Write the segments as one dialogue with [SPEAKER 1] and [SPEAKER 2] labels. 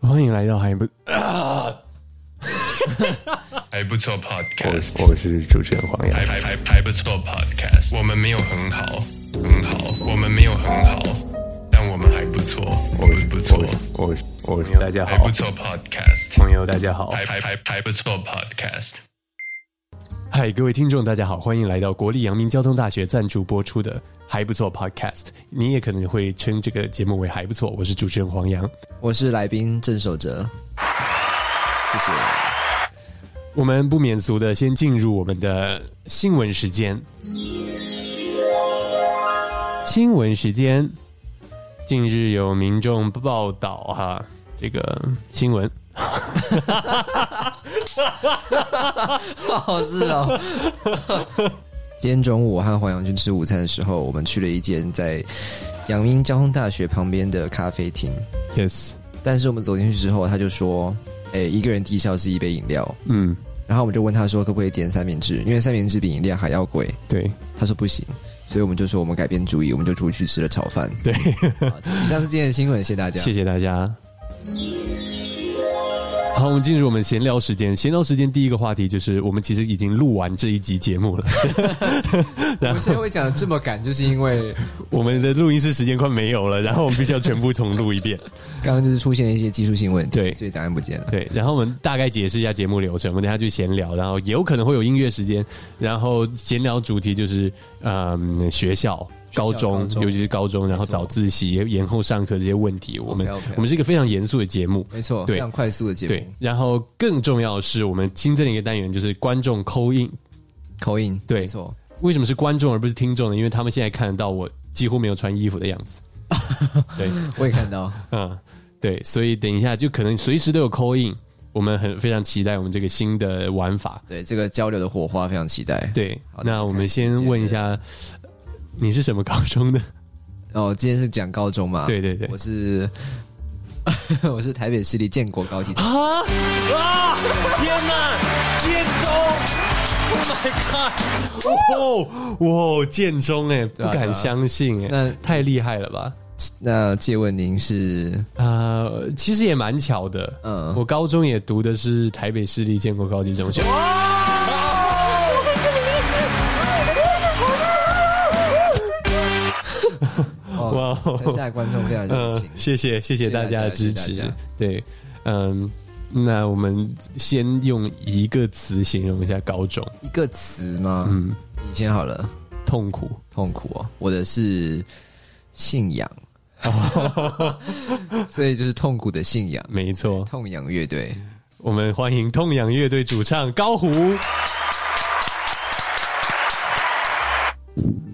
[SPEAKER 1] 欢迎来到还不啊，
[SPEAKER 2] 还不错 Podcast，
[SPEAKER 1] 我是主持人黄
[SPEAKER 2] 还
[SPEAKER 1] 洋。
[SPEAKER 2] 还还还不错 Podcast。我们没有很好，很好，我们没有很好，但我们还不错，我们不错，
[SPEAKER 1] 我我是我是大家
[SPEAKER 2] 还
[SPEAKER 1] 好
[SPEAKER 2] 不，错 Podcast，
[SPEAKER 1] 朋友大家好，
[SPEAKER 2] 还还还还不错 Podcast。
[SPEAKER 1] 嗨，各位听众大家好，欢迎来到国立阳明交通大学赞助播出的还不错 Podcast，你也可能会称这个节目为还不错，我是主持人黄洋。
[SPEAKER 3] 我是来宾郑守哲，谢谢。
[SPEAKER 1] 我们不免俗的先进入我们的新闻时间。新闻时间，近日有民众报道哈，这个新闻
[SPEAKER 3] 哦，是哦。 今天中午我和黄洋军吃午餐的时候，我们去了一间在阳明交通大学旁边的咖啡厅。
[SPEAKER 1] ，yes，
[SPEAKER 3] 但是我们走进去之后，他就说：“哎、一个人低消是一杯饮料。
[SPEAKER 1] 嗯，”
[SPEAKER 3] 然后我们就问他说：“可不可以点三明治？因为三明治比饮料还要贵。
[SPEAKER 1] 对”
[SPEAKER 3] 他说：“不行。”所以我们就说我们改变主意，我们就出去吃了炒饭。
[SPEAKER 1] 对，
[SPEAKER 3] 好以上是今天的新闻，谢谢大 家。
[SPEAKER 1] 谢谢大家。好，我们进入我们闲聊时间。闲聊时间第一个话题就是，我们其实已经录完这一集节目了，
[SPEAKER 3] 我们现在会讲得这么赶，就是因为
[SPEAKER 1] 我们的录音室时间快没有了，然后我们必须要全部重录一遍。
[SPEAKER 3] 刚刚就是出现了一些技术性问题，
[SPEAKER 1] 对
[SPEAKER 3] 所以答案不见了。
[SPEAKER 1] 对，然后我们大概解释一下节目流程，我们等一下去闲聊，然后有可能会有音乐时间，然后闲聊主题就是嗯学校、
[SPEAKER 3] 学校
[SPEAKER 1] 高中，
[SPEAKER 3] 高中
[SPEAKER 1] 尤其是高中，然后
[SPEAKER 3] 没错
[SPEAKER 1] 早自习、延后上课这些问题，我们
[SPEAKER 3] OK，OK
[SPEAKER 1] 我们是一个非常严肃的节目。
[SPEAKER 3] 没错，
[SPEAKER 1] 对
[SPEAKER 3] 非常快速的节
[SPEAKER 1] 对
[SPEAKER 3] 目，，
[SPEAKER 1] 然后更重要的是，我们新增了一个单元，就是观众扣印。
[SPEAKER 3] 口音
[SPEAKER 1] 对
[SPEAKER 3] 没错，
[SPEAKER 1] 为什么是观众而不是听众呢？因为他们现在看得到我几乎没有穿衣服的样子。对，
[SPEAKER 3] 我也看到，
[SPEAKER 1] 嗯，对，所以等一下就可能随时都有扣印，我们很非常期待我们这个新的玩法。
[SPEAKER 3] 对这个交流的火花非常期待。
[SPEAKER 1] 对，
[SPEAKER 3] 好的
[SPEAKER 1] 那我们
[SPEAKER 3] 看时
[SPEAKER 1] 先
[SPEAKER 3] 间
[SPEAKER 1] 问一下，你是什么高中的？
[SPEAKER 3] 哦，今天是讲高中嘛？
[SPEAKER 1] 对，对对
[SPEAKER 3] 啊我，是 我是台北市立建国高级中，
[SPEAKER 1] 啊啊！天哪，建中！Oh my god！哇哇，建中哎，不
[SPEAKER 3] 对啊
[SPEAKER 1] 敢相信哎
[SPEAKER 3] 那，
[SPEAKER 1] 太厉害了吧？
[SPEAKER 3] 那借问您是
[SPEAKER 1] 呃，其实也蛮巧的，
[SPEAKER 3] 嗯
[SPEAKER 1] 我高中也读的是台北市立建国高级中学。
[SPEAKER 3] 哦，
[SPEAKER 1] 哇哦，
[SPEAKER 3] 台下的观众非常热情
[SPEAKER 1] 嗯，，谢谢谢谢大家的支持。
[SPEAKER 3] 谢谢大家
[SPEAKER 1] 对，嗯，那我们先用一个词形容一下高中，
[SPEAKER 3] 一个词吗？
[SPEAKER 1] 嗯，
[SPEAKER 3] 你先好了，
[SPEAKER 1] 痛苦。
[SPEAKER 3] 痛苦哦，我的是信仰， 所以就是痛苦的信仰，
[SPEAKER 1] 哦没错，
[SPEAKER 3] 痛仰乐队。
[SPEAKER 1] 我们欢迎痛仰乐队主唱高虎。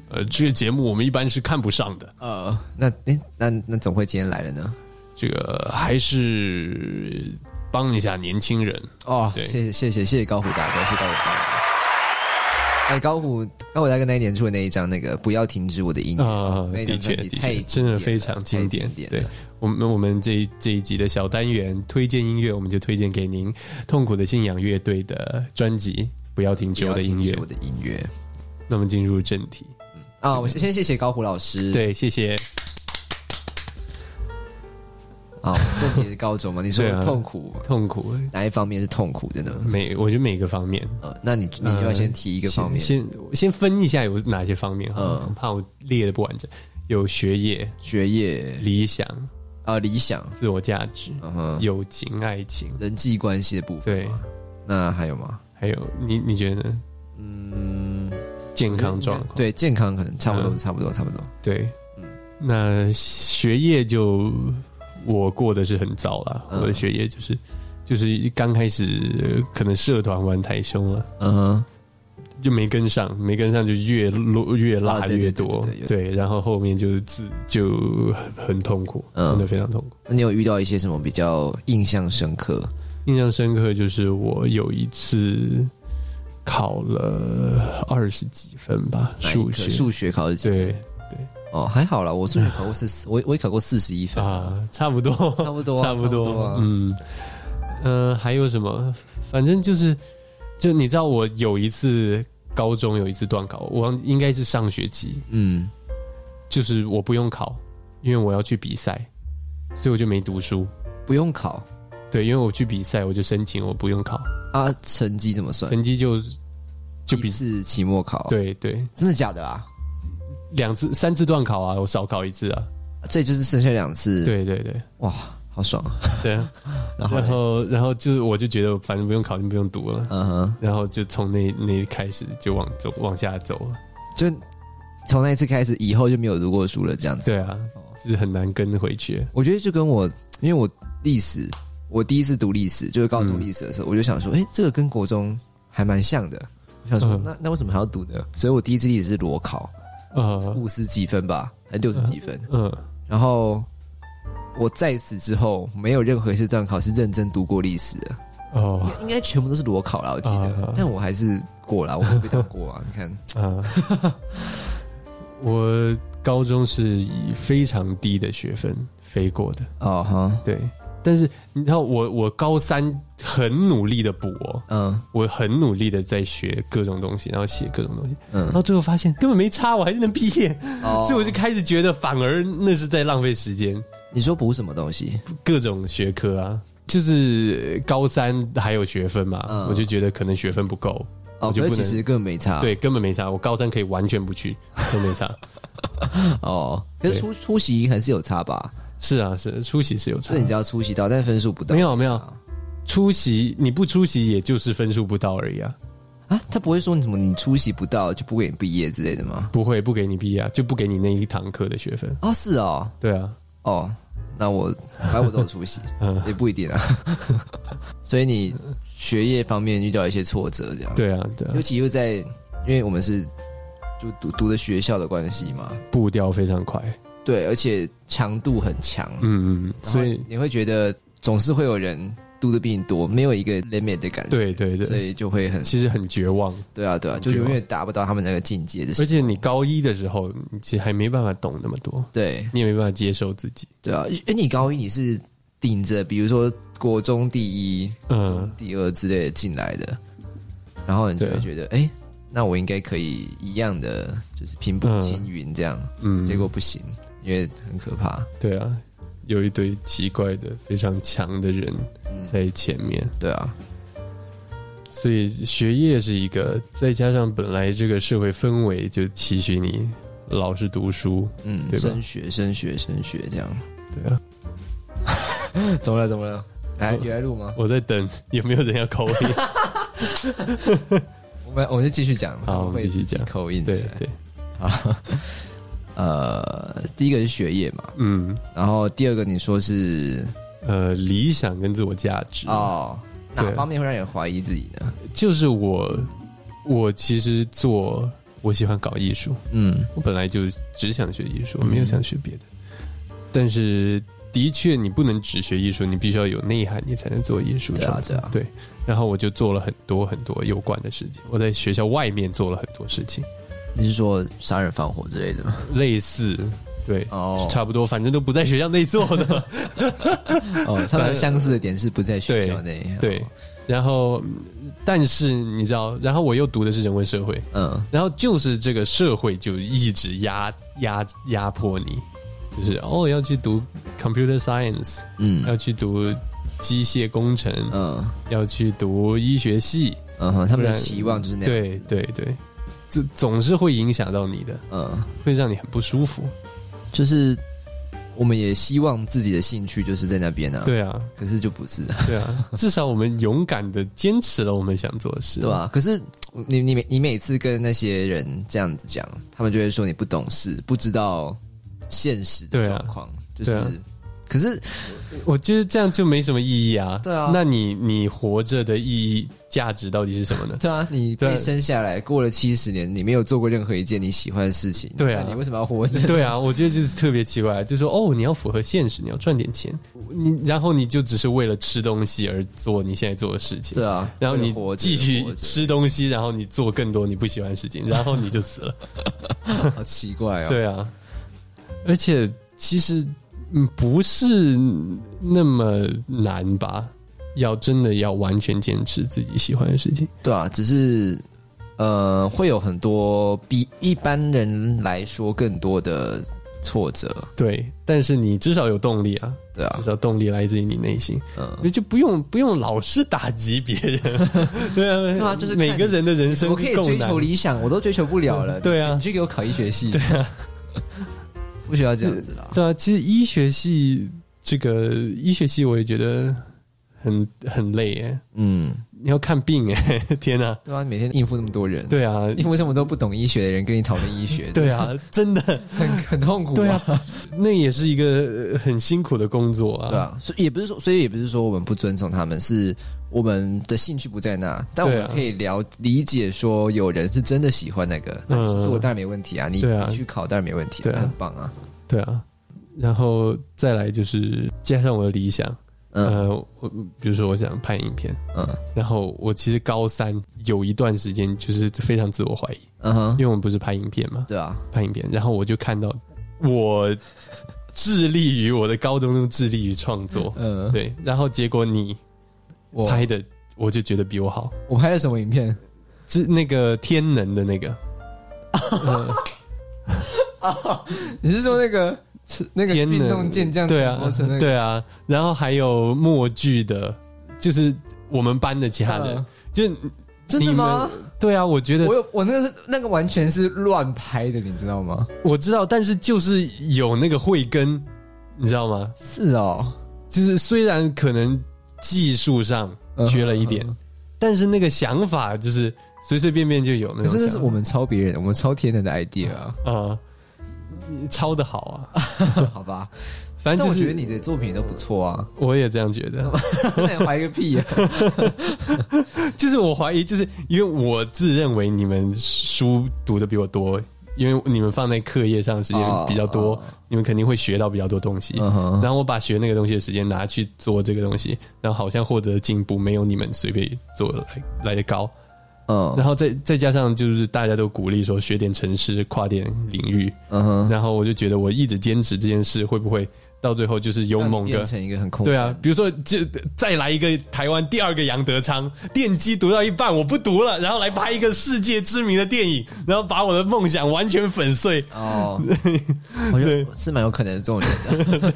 [SPEAKER 1] 呃，这个节目我们一般是看不上的，
[SPEAKER 3] 呃，那诶、那那总会今天来了呢？
[SPEAKER 1] 这个还是帮一下年轻人。
[SPEAKER 3] 哦，
[SPEAKER 1] 对
[SPEAKER 3] 谢谢谢谢谢谢高虎大哥，谢谢高虎大哥。哎、高虎高虎大哥那一年出的那一张那个不要停止我的音乐，
[SPEAKER 1] 啊，
[SPEAKER 3] 那
[SPEAKER 1] 的
[SPEAKER 3] 张
[SPEAKER 1] 确
[SPEAKER 3] 专辑
[SPEAKER 1] 的
[SPEAKER 3] 太
[SPEAKER 1] 确，
[SPEAKER 3] 经
[SPEAKER 1] 真的
[SPEAKER 3] 典
[SPEAKER 1] 非
[SPEAKER 3] 了
[SPEAKER 1] 常
[SPEAKER 3] 太
[SPEAKER 1] 经典。
[SPEAKER 3] 经典
[SPEAKER 1] 对
[SPEAKER 3] 了
[SPEAKER 1] 我们，我们这一这一集的小单元推荐音乐，我们就推荐给您《痛苦的信仰》乐队的专辑《不要停
[SPEAKER 3] 不
[SPEAKER 1] 止
[SPEAKER 3] 要
[SPEAKER 1] 我的音
[SPEAKER 3] 停
[SPEAKER 1] 乐
[SPEAKER 3] 止我》。的音乐
[SPEAKER 1] 那么进入正题，
[SPEAKER 3] 啊！我先谢谢高虎老师，
[SPEAKER 1] 对，谢谢。
[SPEAKER 3] 啊，正题是高中嘛？你说
[SPEAKER 1] 对啊
[SPEAKER 3] 痛苦、
[SPEAKER 1] 痛苦
[SPEAKER 3] 哪一方面是痛苦的呢？
[SPEAKER 1] 每，我觉得每个方面，
[SPEAKER 3] 呃，那你你要
[SPEAKER 1] 呃
[SPEAKER 3] 先提一个方面，
[SPEAKER 1] 先先先分一下有哪些方面哈，
[SPEAKER 3] 嗯
[SPEAKER 1] 怕我列的不完整。有学业、
[SPEAKER 3] 学业
[SPEAKER 1] 理想、
[SPEAKER 3] 啊、理想，
[SPEAKER 1] 自我价值、
[SPEAKER 3] 嗯哼，
[SPEAKER 1] 友情、爱情，
[SPEAKER 3] 人际关系的部分
[SPEAKER 1] 对
[SPEAKER 3] 嘛。那还有吗？
[SPEAKER 1] 还有你你觉得呢？
[SPEAKER 3] 嗯，
[SPEAKER 1] 健康状况。
[SPEAKER 3] 对嗯健康可能差不多，
[SPEAKER 1] 嗯
[SPEAKER 3] 差不多，差不多。
[SPEAKER 1] 对，那学业就我过得是很糟了，
[SPEAKER 3] 嗯
[SPEAKER 1] 我的学业就是就是刚开始呃可能社团玩太凶了，
[SPEAKER 3] 嗯哼，
[SPEAKER 1] 就没跟上，没跟上就越落越拉
[SPEAKER 3] 啊对
[SPEAKER 1] 越
[SPEAKER 3] 对对
[SPEAKER 1] 多
[SPEAKER 3] 对，对
[SPEAKER 1] 对，然后后面就是自就很很痛苦，
[SPEAKER 3] 嗯
[SPEAKER 1] 真的非常痛苦。
[SPEAKER 3] 那你有遇到一些什么比较印象深刻？
[SPEAKER 1] 印象深刻就是我有一次考了二十几分吧，
[SPEAKER 3] 哪一
[SPEAKER 1] 数
[SPEAKER 3] 科
[SPEAKER 1] 学，
[SPEAKER 3] 数学考的几分
[SPEAKER 1] 对
[SPEAKER 3] 哦，还好啦，我数学考过四十，我我也考过四十一分，
[SPEAKER 1] 啊，差不多，
[SPEAKER 3] 差不多 啊，
[SPEAKER 1] 差不多，
[SPEAKER 3] 啊
[SPEAKER 1] 嗯，呃，还有什么？反正就是，就你知道，我有一次高中有一次断考，我忘应该是上学期，
[SPEAKER 3] 嗯，
[SPEAKER 1] 就是我不用考，因为我要去比赛，所以我就没读书。
[SPEAKER 3] 不用考，
[SPEAKER 1] 对，因为我去比赛，我就申请，我不用考，
[SPEAKER 3] 啊，成绩怎么算？
[SPEAKER 1] 成绩就就比
[SPEAKER 3] 一次哦期末考，，
[SPEAKER 1] 对对
[SPEAKER 3] 真的假的啊？
[SPEAKER 1] 两次三次段考啊，我少考一次啊，
[SPEAKER 3] 所以就是剩下两次，，
[SPEAKER 1] 对对对
[SPEAKER 3] 哇，好爽啊！
[SPEAKER 1] 对啊，
[SPEAKER 3] 然后
[SPEAKER 1] 然
[SPEAKER 3] 嘞，
[SPEAKER 1] 后然后就是我就觉得反正不用考就不用读了，
[SPEAKER 3] 嗯哼，
[SPEAKER 1] 然后就从那那开始就往走往下走了，
[SPEAKER 3] 就从那一次开始，以后就没有读过书了，这样子。
[SPEAKER 1] 对啊，就是很难跟回去，
[SPEAKER 3] 我觉得就跟我，因为我历史，我第一次读历史就是高中
[SPEAKER 1] 嗯
[SPEAKER 3] 历史的时候，我就想说，哎、这个跟国中还蛮像的。我想说，
[SPEAKER 1] 嗯
[SPEAKER 3] 那那为什么还要读呢？所以我第一次历史是裸考，
[SPEAKER 1] 呃
[SPEAKER 3] 五十几分吧，还六十几分。
[SPEAKER 1] 嗯
[SPEAKER 3] 然后我在此之后，没有任何一次段考是认真读过历史的，
[SPEAKER 1] 哦
[SPEAKER 3] 应该全部都是裸考啦，我记
[SPEAKER 1] 啊啊
[SPEAKER 3] 得。但我还是过了，我没被当过啊。你 看，
[SPEAKER 1] 啊，我高中是以非常低的学分飞过的，
[SPEAKER 3] 哦哈，
[SPEAKER 1] 对。但是你知道我，我高三很努力的补哦，
[SPEAKER 3] 嗯
[SPEAKER 1] 我很努力的在学各种东西，然后写各种东西，然
[SPEAKER 3] 嗯
[SPEAKER 1] 后，最后发现根本没差，我还是能毕业，
[SPEAKER 3] 哦
[SPEAKER 1] 所以我就开始觉得反而那是在浪费时间。
[SPEAKER 3] 你说补什么东西？
[SPEAKER 1] 各种学科啊，就是高三还有学分嘛，
[SPEAKER 3] 嗯
[SPEAKER 1] 我就觉得可能学分不够，
[SPEAKER 3] 哦，
[SPEAKER 1] 我就
[SPEAKER 3] 可是
[SPEAKER 1] 不
[SPEAKER 3] 其
[SPEAKER 1] 能
[SPEAKER 3] 实根啊本没差。
[SPEAKER 1] 对，根本没差。我高三可以完全不去，都没差。
[SPEAKER 3] 哦，可是出出席还是有差吧？
[SPEAKER 1] 是啊，是出席是有差
[SPEAKER 3] 所以，你只要出席到，但分数不到。
[SPEAKER 1] 没有没有出席你不出席也就是分数不到而已啊，
[SPEAKER 3] 啊，他不会说你什么你出席不到就不给你毕业之类的吗？
[SPEAKER 1] 不会不给你毕业啊，就不给你那一堂课的学分。
[SPEAKER 3] 哦，是哦，
[SPEAKER 1] 对啊，
[SPEAKER 3] 哦，那我反正我都有 出席，
[SPEAKER 1] 嗯
[SPEAKER 3] 也不一定啊。 所以你学业方面遇到一些挫折，这样，
[SPEAKER 1] 对啊，对啊
[SPEAKER 3] 尤，其又在因为我们是就读读的学校的关系嘛，
[SPEAKER 1] 步调非常快，
[SPEAKER 3] 对，而且强度很强，
[SPEAKER 1] 嗯嗯，
[SPEAKER 3] 然后
[SPEAKER 1] 所以
[SPEAKER 3] 你会觉得总是会有人读的比你多，没有一个 limit 的感觉，
[SPEAKER 1] 对对
[SPEAKER 3] 所
[SPEAKER 1] 对，
[SPEAKER 3] 以就会很
[SPEAKER 1] 其实很绝望。
[SPEAKER 3] 对啊对啊，就
[SPEAKER 1] 绝望
[SPEAKER 3] 永远达不到他们那个境界的
[SPEAKER 1] 而
[SPEAKER 3] 事，
[SPEAKER 1] 且你高一的时候，你其实还没办法懂那么多，
[SPEAKER 3] 对啊
[SPEAKER 1] 你也没办法接受自己。
[SPEAKER 3] 对啊，因为你高一你是顶着比如说国中第一，
[SPEAKER 1] 嗯，
[SPEAKER 3] 第二之类的进来的，然后你就
[SPEAKER 1] 对
[SPEAKER 3] 会觉得，哎、那我应该可以一样的，就是平步青云这样，
[SPEAKER 1] 嗯，
[SPEAKER 3] 结果不行，因为很可怕。
[SPEAKER 1] 对啊，有一堆奇怪的、非常强的人
[SPEAKER 3] 嗯，
[SPEAKER 1] 在前面，
[SPEAKER 3] 对啊，
[SPEAKER 1] 所以学业是一个，再加上本来这个社会氛围就期许你老是读书，
[SPEAKER 3] 嗯，
[SPEAKER 1] 对吧
[SPEAKER 3] 升学，升学，升学 这样。
[SPEAKER 1] 对啊。
[SPEAKER 3] 怎么了？怎么了？来，哎有来录吗？
[SPEAKER 1] 我在等有没有人要口音，
[SPEAKER 3] 我们我们就继续讲，
[SPEAKER 1] 好我们继续讲
[SPEAKER 3] 口 音
[SPEAKER 1] 对对，
[SPEAKER 3] 啊。呃，第一个是学业嘛，
[SPEAKER 1] 嗯，
[SPEAKER 3] 然后第二个你说是
[SPEAKER 1] 呃，理想跟自我价值，
[SPEAKER 3] 哦，哪
[SPEAKER 1] 对
[SPEAKER 3] 方面会让人怀疑自己呢？
[SPEAKER 1] 就是我，我其实做我喜欢搞艺术，
[SPEAKER 3] 嗯
[SPEAKER 1] 我本来就只想学艺术，我
[SPEAKER 3] 嗯
[SPEAKER 1] 没有想学别的。但是的确，你不能只学艺术，你必须要有内涵，你才能做艺术
[SPEAKER 3] 对啊
[SPEAKER 1] 创作。
[SPEAKER 3] 对啊
[SPEAKER 1] 对。然后我就做了很多很多有关的事情，我在学校外面做了很多事情，
[SPEAKER 3] 你是说杀人放火之类的吗？
[SPEAKER 1] 类似对。
[SPEAKER 3] 哦
[SPEAKER 1] 差不多，反正都不在学校内做 的。
[SPEAKER 3] 哦，他们相似的点是不在学校内。
[SPEAKER 1] 对，然后，嗯但是你知道，然后我又读的是人文社会，
[SPEAKER 3] 嗯，
[SPEAKER 1] 然后就是这个社会就一直压压压迫你，就是哦要去读 computer science，
[SPEAKER 3] 嗯
[SPEAKER 1] 要去读机械工程，
[SPEAKER 3] 嗯
[SPEAKER 1] 要去读医学系，
[SPEAKER 3] 嗯哼，他们
[SPEAKER 1] 不
[SPEAKER 3] 的
[SPEAKER 1] 然
[SPEAKER 3] 期望就是那样
[SPEAKER 1] 对
[SPEAKER 3] 子。，
[SPEAKER 1] 对对，这总是会影响到你的，
[SPEAKER 3] 嗯，
[SPEAKER 1] 会让你很不舒服。
[SPEAKER 3] 就是我们也希望自己的兴趣就是在那边啊。，
[SPEAKER 1] 对啊，
[SPEAKER 3] 可是就不是，
[SPEAKER 1] 对啊，至少我们勇敢的坚持了我们想做的事，
[SPEAKER 3] 对啊吧、？可是你你每你每次跟那些人这样子讲，他们就会说你不懂事，不知道现实的
[SPEAKER 1] 对啊
[SPEAKER 3] 状况，就是。
[SPEAKER 1] 对啊
[SPEAKER 3] 可是，
[SPEAKER 1] 我觉得这样就没什么意义啊。
[SPEAKER 3] 对啊
[SPEAKER 1] 那你你活着的意义价值到底是什么呢？
[SPEAKER 3] 对啊，你
[SPEAKER 1] 对
[SPEAKER 3] 被生下来过了七十年，你没有做过任何一件你喜欢的事情，
[SPEAKER 1] 对啊
[SPEAKER 3] 那你为什么要活着？
[SPEAKER 1] 对啊，我觉得就是特别奇怪，就说哦，你要符合现实，你要赚点钱，你然后你就只是为了吃东西而做你现在做的事情，
[SPEAKER 3] 对啊，
[SPEAKER 1] 然后
[SPEAKER 3] 为
[SPEAKER 1] 你
[SPEAKER 3] 了活着
[SPEAKER 1] 继续
[SPEAKER 3] 活着
[SPEAKER 1] 吃东西，然后你做更多你不喜欢的事 情，然后你就死了。
[SPEAKER 3] 好奇怪哦。
[SPEAKER 1] 对啊，而且其实嗯不是那么难吧？要真的要完全坚持自己喜欢的事情，
[SPEAKER 3] 对啊，只是呃，会有很多比一般人来说更多的挫折，
[SPEAKER 1] 对，但是你至少有动力啊，
[SPEAKER 3] 对啊
[SPEAKER 1] 至，少动力来自于你内心，
[SPEAKER 3] 嗯，
[SPEAKER 1] 那就不用不用老是打击别 人，对啊，
[SPEAKER 3] 对啊就是看
[SPEAKER 1] 每个人的人生
[SPEAKER 3] 我可以追
[SPEAKER 1] 更难
[SPEAKER 3] 求理想，我都追求不了了，
[SPEAKER 1] 对啊
[SPEAKER 3] 你去给我考医学系，对啊， 不需要这样子啦，
[SPEAKER 1] 对啊，其实医学系这个医学系我也觉得很很累耶，
[SPEAKER 3] 嗯，
[SPEAKER 1] 你要看病哎， 天哪、
[SPEAKER 3] 对啊，每天应付那么多人，，
[SPEAKER 1] 对啊，
[SPEAKER 3] 因为什么都不懂医学的人跟你讨论医学，
[SPEAKER 1] 对， 啊，真的，
[SPEAKER 3] 很很痛苦，
[SPEAKER 1] 对啊，，那也是一个呃很辛苦的工作啊，
[SPEAKER 3] 对啊，所以也不是说，所以也不是说我们不尊重他们，是我们的兴趣不在那，但我
[SPEAKER 1] 对
[SPEAKER 3] 们
[SPEAKER 1] 啊
[SPEAKER 3] 可以了理解说，有人是真的喜欢那个，那你去做当然没问题啊，你
[SPEAKER 1] 嗯对啊
[SPEAKER 3] 你去考当然没问题、
[SPEAKER 1] 对啊
[SPEAKER 3] 那很棒啊，
[SPEAKER 1] 对啊，然后再来就是加上我的理想，
[SPEAKER 3] 嗯
[SPEAKER 1] 呃，我比如说我想拍影片，
[SPEAKER 3] 嗯
[SPEAKER 1] 然后我其实高三有一段时间就是非常自我怀疑，因
[SPEAKER 3] 嗯哼，
[SPEAKER 1] 为我们不是拍影片嘛，
[SPEAKER 3] 对啊，
[SPEAKER 1] 拍影片，然后我就看到我致力于我的高中生致力于创作，
[SPEAKER 3] 嗯，
[SPEAKER 1] 对，然后结果你
[SPEAKER 3] 我
[SPEAKER 1] 拍的，我就觉得比我好，
[SPEAKER 3] 我拍了什么影片？
[SPEAKER 1] 是那个天能的那 个，呃
[SPEAKER 3] 你是说 那个那个
[SPEAKER 1] 天
[SPEAKER 3] 运
[SPEAKER 1] 能
[SPEAKER 3] 动健将
[SPEAKER 1] 对
[SPEAKER 3] 陈
[SPEAKER 1] 啊
[SPEAKER 3] 柏成那，个？
[SPEAKER 1] 对啊，然后还有默剧的，就是我们班的其他人
[SPEAKER 3] 嗯，
[SPEAKER 1] 就
[SPEAKER 3] 真的吗？
[SPEAKER 1] 你们？对啊，我觉得
[SPEAKER 3] 我有我那个是那个完全是乱拍的，你知道吗？
[SPEAKER 1] 我知道，但是就是有那个慧根，你知道吗？
[SPEAKER 3] 是哦，
[SPEAKER 1] 就是虽然可能技术上缺了一点，
[SPEAKER 3] 嗯
[SPEAKER 1] 但是那个想法就是随随便便就有那
[SPEAKER 3] 可
[SPEAKER 1] 种想法。
[SPEAKER 3] 是那是我们抄别人，我们抄天然的 idea 啊，
[SPEAKER 1] 啊、你抄的好 啊，
[SPEAKER 3] 好吧？
[SPEAKER 1] 反
[SPEAKER 3] 但
[SPEAKER 1] 正
[SPEAKER 3] 我
[SPEAKER 1] 就
[SPEAKER 3] 觉得
[SPEAKER 1] 是
[SPEAKER 3] 你的嗯作品都不错啊，
[SPEAKER 1] 我也这样觉得，
[SPEAKER 3] 那你怀个屁啊！
[SPEAKER 1] 就是我怀疑，就是因为我自认为你们书读的比我多，因为你们放在课业上的时间比较多，
[SPEAKER 3] 哦
[SPEAKER 1] 你们肯定会学到比较多东西。
[SPEAKER 3] 嗯哼，
[SPEAKER 1] 然后我把学那个东西的时间拿去做这个东西，然后好像获得的进步没有你们随便做来来的高。然
[SPEAKER 3] 嗯
[SPEAKER 1] 后再再加上就是大家都鼓励说学点城市，跨点领域，
[SPEAKER 3] 嗯哼，
[SPEAKER 1] 然后我就觉得我一直坚持这件事，会不会到最后就是有
[SPEAKER 3] 让你
[SPEAKER 1] 某
[SPEAKER 3] 变
[SPEAKER 1] 个？
[SPEAKER 3] 成一个很空
[SPEAKER 1] 对啊，，比如说，就再来一个台湾第二个杨德昌，电机读到一半我不读了，然后来拍一个世界知名的电影，然后把我的梦想完全粉碎，
[SPEAKER 3] 哦，我觉得是蛮有可能是这种 人的，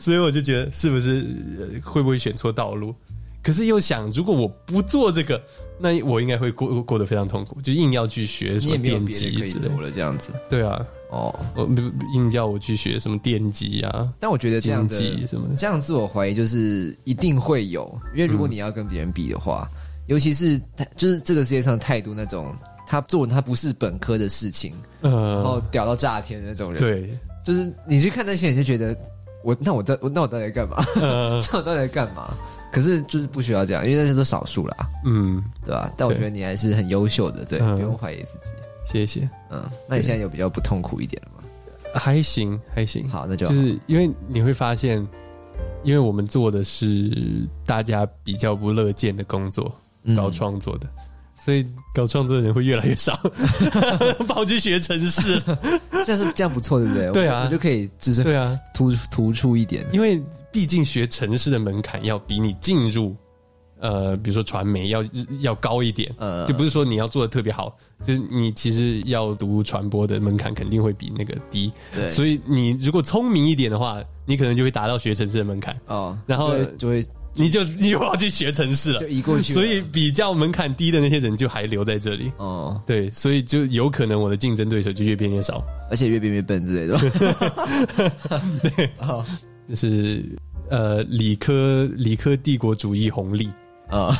[SPEAKER 1] 所以我就觉得是不是呃会不会选错道路？可是又想，如果我不做这个，那我应该会过过得非常痛苦，就硬要去学什
[SPEAKER 3] 你也
[SPEAKER 1] 么
[SPEAKER 3] 没有
[SPEAKER 1] 电
[SPEAKER 3] 别
[SPEAKER 1] 机
[SPEAKER 3] 的可以
[SPEAKER 1] 之类
[SPEAKER 3] 走。了这样子
[SPEAKER 1] 对啊，
[SPEAKER 3] 哦。
[SPEAKER 1] 我不硬叫我去学什么电机啊、
[SPEAKER 3] 但我觉得这样
[SPEAKER 1] 经
[SPEAKER 3] 的
[SPEAKER 1] 济什么的。
[SPEAKER 3] 这样自我怀疑就是一定会有，因为如果你要跟别人比的话，尤其是他就是这个世界上态度那种。他做他不是本科的事情，然后
[SPEAKER 1] 呃，
[SPEAKER 3] 屌到炸天的那种人，，
[SPEAKER 1] 对，
[SPEAKER 3] 就是你去看那些人就觉得我那我到我那我到底在干嘛？
[SPEAKER 1] 呃，
[SPEAKER 3] 那我到底在干嘛？可是就是不需要这样，因为那些都少数啦。
[SPEAKER 1] 嗯，
[SPEAKER 3] 对吧、但我
[SPEAKER 1] 对
[SPEAKER 3] 觉得你还是很优秀的，对，
[SPEAKER 1] 嗯
[SPEAKER 3] 不用怀疑自己。
[SPEAKER 1] 谢谢，
[SPEAKER 3] 嗯，那你现在有比较不痛苦一点了吗？
[SPEAKER 1] 还行，还行。
[SPEAKER 3] 好，那就
[SPEAKER 1] 嗯就
[SPEAKER 3] 好
[SPEAKER 1] 是因为你会发现，因为我们做的是大家比较不乐见的工作，
[SPEAKER 3] 嗯
[SPEAKER 1] 搞、创作的，所以搞创作的人会越来越少，跑去学城市。
[SPEAKER 3] 嗯这样是这样不错，对不 对？
[SPEAKER 1] 对啊
[SPEAKER 3] 我我就可以只是
[SPEAKER 1] 对啊，
[SPEAKER 3] 突突出一点。
[SPEAKER 1] 因为毕竟学城市的门槛要比你进入呃，比如说传媒要要高一点。
[SPEAKER 3] 呃，
[SPEAKER 1] 就不是说你要做的特别好，就是你其实要读传播的门槛肯定会比那个低，
[SPEAKER 3] 对，
[SPEAKER 1] 所以你如果聪明一点的话，你可能就会达到学城市的门槛，
[SPEAKER 3] 哦，
[SPEAKER 1] 然后
[SPEAKER 3] 就会就会
[SPEAKER 1] 你就 你又要去学城市了
[SPEAKER 3] 就。移过去了，
[SPEAKER 1] 所以比较门槛低的那些人就还留在这里，
[SPEAKER 3] 哦，
[SPEAKER 1] 对，所以就有可能我的竞争对手就越变越少，
[SPEAKER 3] 而且越变越笨之类的。对，哦，
[SPEAKER 1] 就是呃理科理科帝国主义红利，
[SPEAKER 3] 哦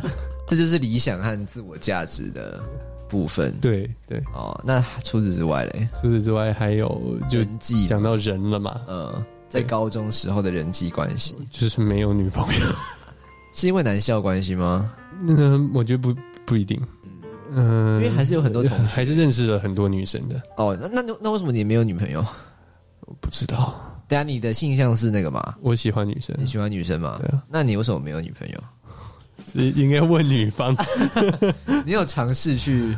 [SPEAKER 3] 这就是理想和自我价值的部分。
[SPEAKER 1] 对对。
[SPEAKER 3] 哦，那除此之外嘞，
[SPEAKER 1] 除此之外，还有就
[SPEAKER 3] 人际，
[SPEAKER 1] 讲到人了嘛，
[SPEAKER 3] 呃，在
[SPEAKER 1] 对
[SPEAKER 3] 高中时候的人际关系，
[SPEAKER 1] 就是没有女朋友。
[SPEAKER 3] 是因为男校关系吗？
[SPEAKER 1] 那我觉得不不一定，嗯、
[SPEAKER 3] 因为还是有很多同学
[SPEAKER 1] 还是认识了很多女生的，
[SPEAKER 3] 哦，那那那为什么你没有女朋友？
[SPEAKER 1] 我不知道，
[SPEAKER 3] 等下你的性向是那个嘛？
[SPEAKER 1] 我喜欢女生
[SPEAKER 3] 你，喜欢女生嘛？
[SPEAKER 1] 嗯对啊，
[SPEAKER 3] 那你为什么没有女 朋友？
[SPEAKER 1] 所以应该问女方，
[SPEAKER 3] 你有尝试去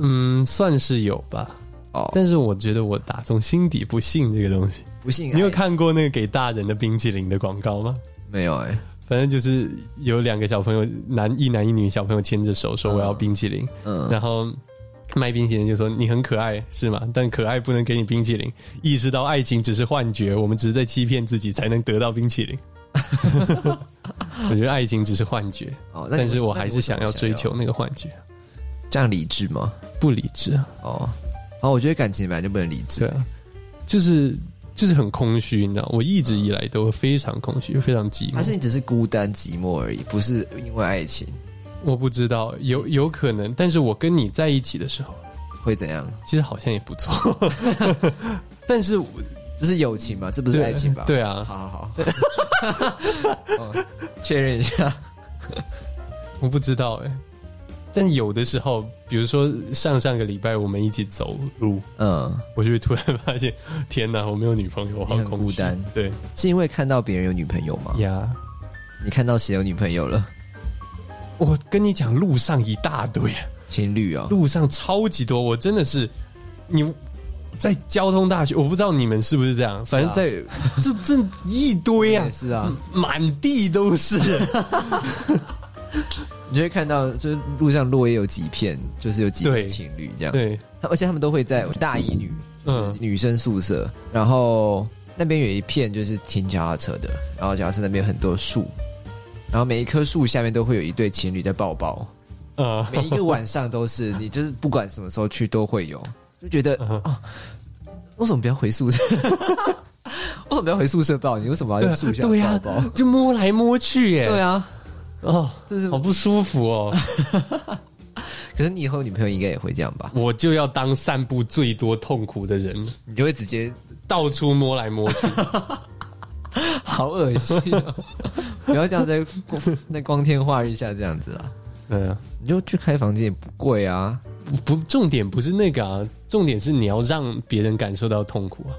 [SPEAKER 1] 嗯，算是有吧，
[SPEAKER 3] 哦？
[SPEAKER 1] 但是我觉得我打从心底不信这个东西。
[SPEAKER 3] 不信
[SPEAKER 1] 你有看过那个给大人的冰淇淋的广告吗？
[SPEAKER 3] 没有、哎，
[SPEAKER 1] 反正就是有两个小朋友，男一男一女小朋友牵着手说
[SPEAKER 3] 嗯
[SPEAKER 1] 我要冰淇淋，
[SPEAKER 3] 嗯，
[SPEAKER 1] 然后卖冰淇淋就说你很可爱是吗？但可爱不能给你冰淇淋。意识到爱情只是幻觉，我们只是在欺骗自己才能得到冰淇淋。 我觉得爱情只是幻觉，
[SPEAKER 3] 哦，那你
[SPEAKER 1] 但是
[SPEAKER 3] 为
[SPEAKER 1] 我
[SPEAKER 3] 那你啊
[SPEAKER 1] 还是
[SPEAKER 3] 为什
[SPEAKER 1] 想
[SPEAKER 3] 么
[SPEAKER 1] 要追求那个幻觉，
[SPEAKER 3] 这样理智吗？
[SPEAKER 1] 不理智啊，
[SPEAKER 3] 哦，哦，我觉得感情本来就不能理智。
[SPEAKER 1] 对啊，就是就是很空虚，你知道，我一直以来都非常空虚，非常寂
[SPEAKER 3] 嗯还是
[SPEAKER 1] 寞。
[SPEAKER 3] 你只是孤单寂寞而已，不是因为爱情
[SPEAKER 1] 我不知道，有有可能，但是我跟你在一起的时候，
[SPEAKER 3] 会怎样？
[SPEAKER 1] 其实好像也不错，但是我
[SPEAKER 3] 这是友情吧？这不是爱情吧？，
[SPEAKER 1] 对啊，
[SPEAKER 3] 好好好， 哦确认一下。
[SPEAKER 1] 我不知道哎、但有的时候，比如说上上个礼拜我们一起走路，
[SPEAKER 3] 嗯，
[SPEAKER 1] 我就会突然发现，天哪，我没有女朋友，我好
[SPEAKER 3] 你很
[SPEAKER 1] 空
[SPEAKER 3] 孤
[SPEAKER 1] 虚
[SPEAKER 3] 单。
[SPEAKER 1] 对
[SPEAKER 3] 是因为看到别人有女朋友吗？
[SPEAKER 1] 呀，
[SPEAKER 3] 你看到谁有女朋友了？
[SPEAKER 1] 我跟你讲，路上一大堆，
[SPEAKER 3] 情侣哦，
[SPEAKER 1] 路上超级多，我真的是你。在交通大学，我不知道你们是不是这样，反正 在这这一堆啊
[SPEAKER 3] 也，啊是啊，
[SPEAKER 1] 满地都是。
[SPEAKER 3] 你就会看到，就是路上落叶有几片，就是有几
[SPEAKER 1] 对
[SPEAKER 3] 对情侣这样。
[SPEAKER 1] 对，
[SPEAKER 3] 他而且他们都会在大一女，
[SPEAKER 1] 嗯
[SPEAKER 3] 嗯，女生宿舍，然后那边有一片就是停脚踏车的，然后脚踏车那边有很多树，然后每一棵树下面都会有一对情侣在抱抱，
[SPEAKER 1] 啊、
[SPEAKER 3] 每一个晚上都是，你就是不管什么时候去都会 有，就觉得
[SPEAKER 1] 嗯
[SPEAKER 3] 哦，为什么不要回宿舍？ 为什么不要回宿舍抱你？为什么要在树下
[SPEAKER 1] 对啊呀、
[SPEAKER 3] 抱抱？
[SPEAKER 1] 就摸来摸去耶，
[SPEAKER 3] 对啊，
[SPEAKER 1] 哦，
[SPEAKER 3] 这是
[SPEAKER 1] 好不舒服 哦。
[SPEAKER 3] 可是你以后女朋友应该也会这样 吧？
[SPEAKER 1] 我就要当散步最多痛苦的人，
[SPEAKER 3] 你就会直接
[SPEAKER 1] 到处摸来摸 去。
[SPEAKER 3] 好恶心、哦，不要这样在光在光天化日下这样子啊！
[SPEAKER 1] 对啊，
[SPEAKER 3] 你就去开房间也不贵啊，
[SPEAKER 1] 不，重点不是那个啊，重点是你要让别人感受到痛苦啊。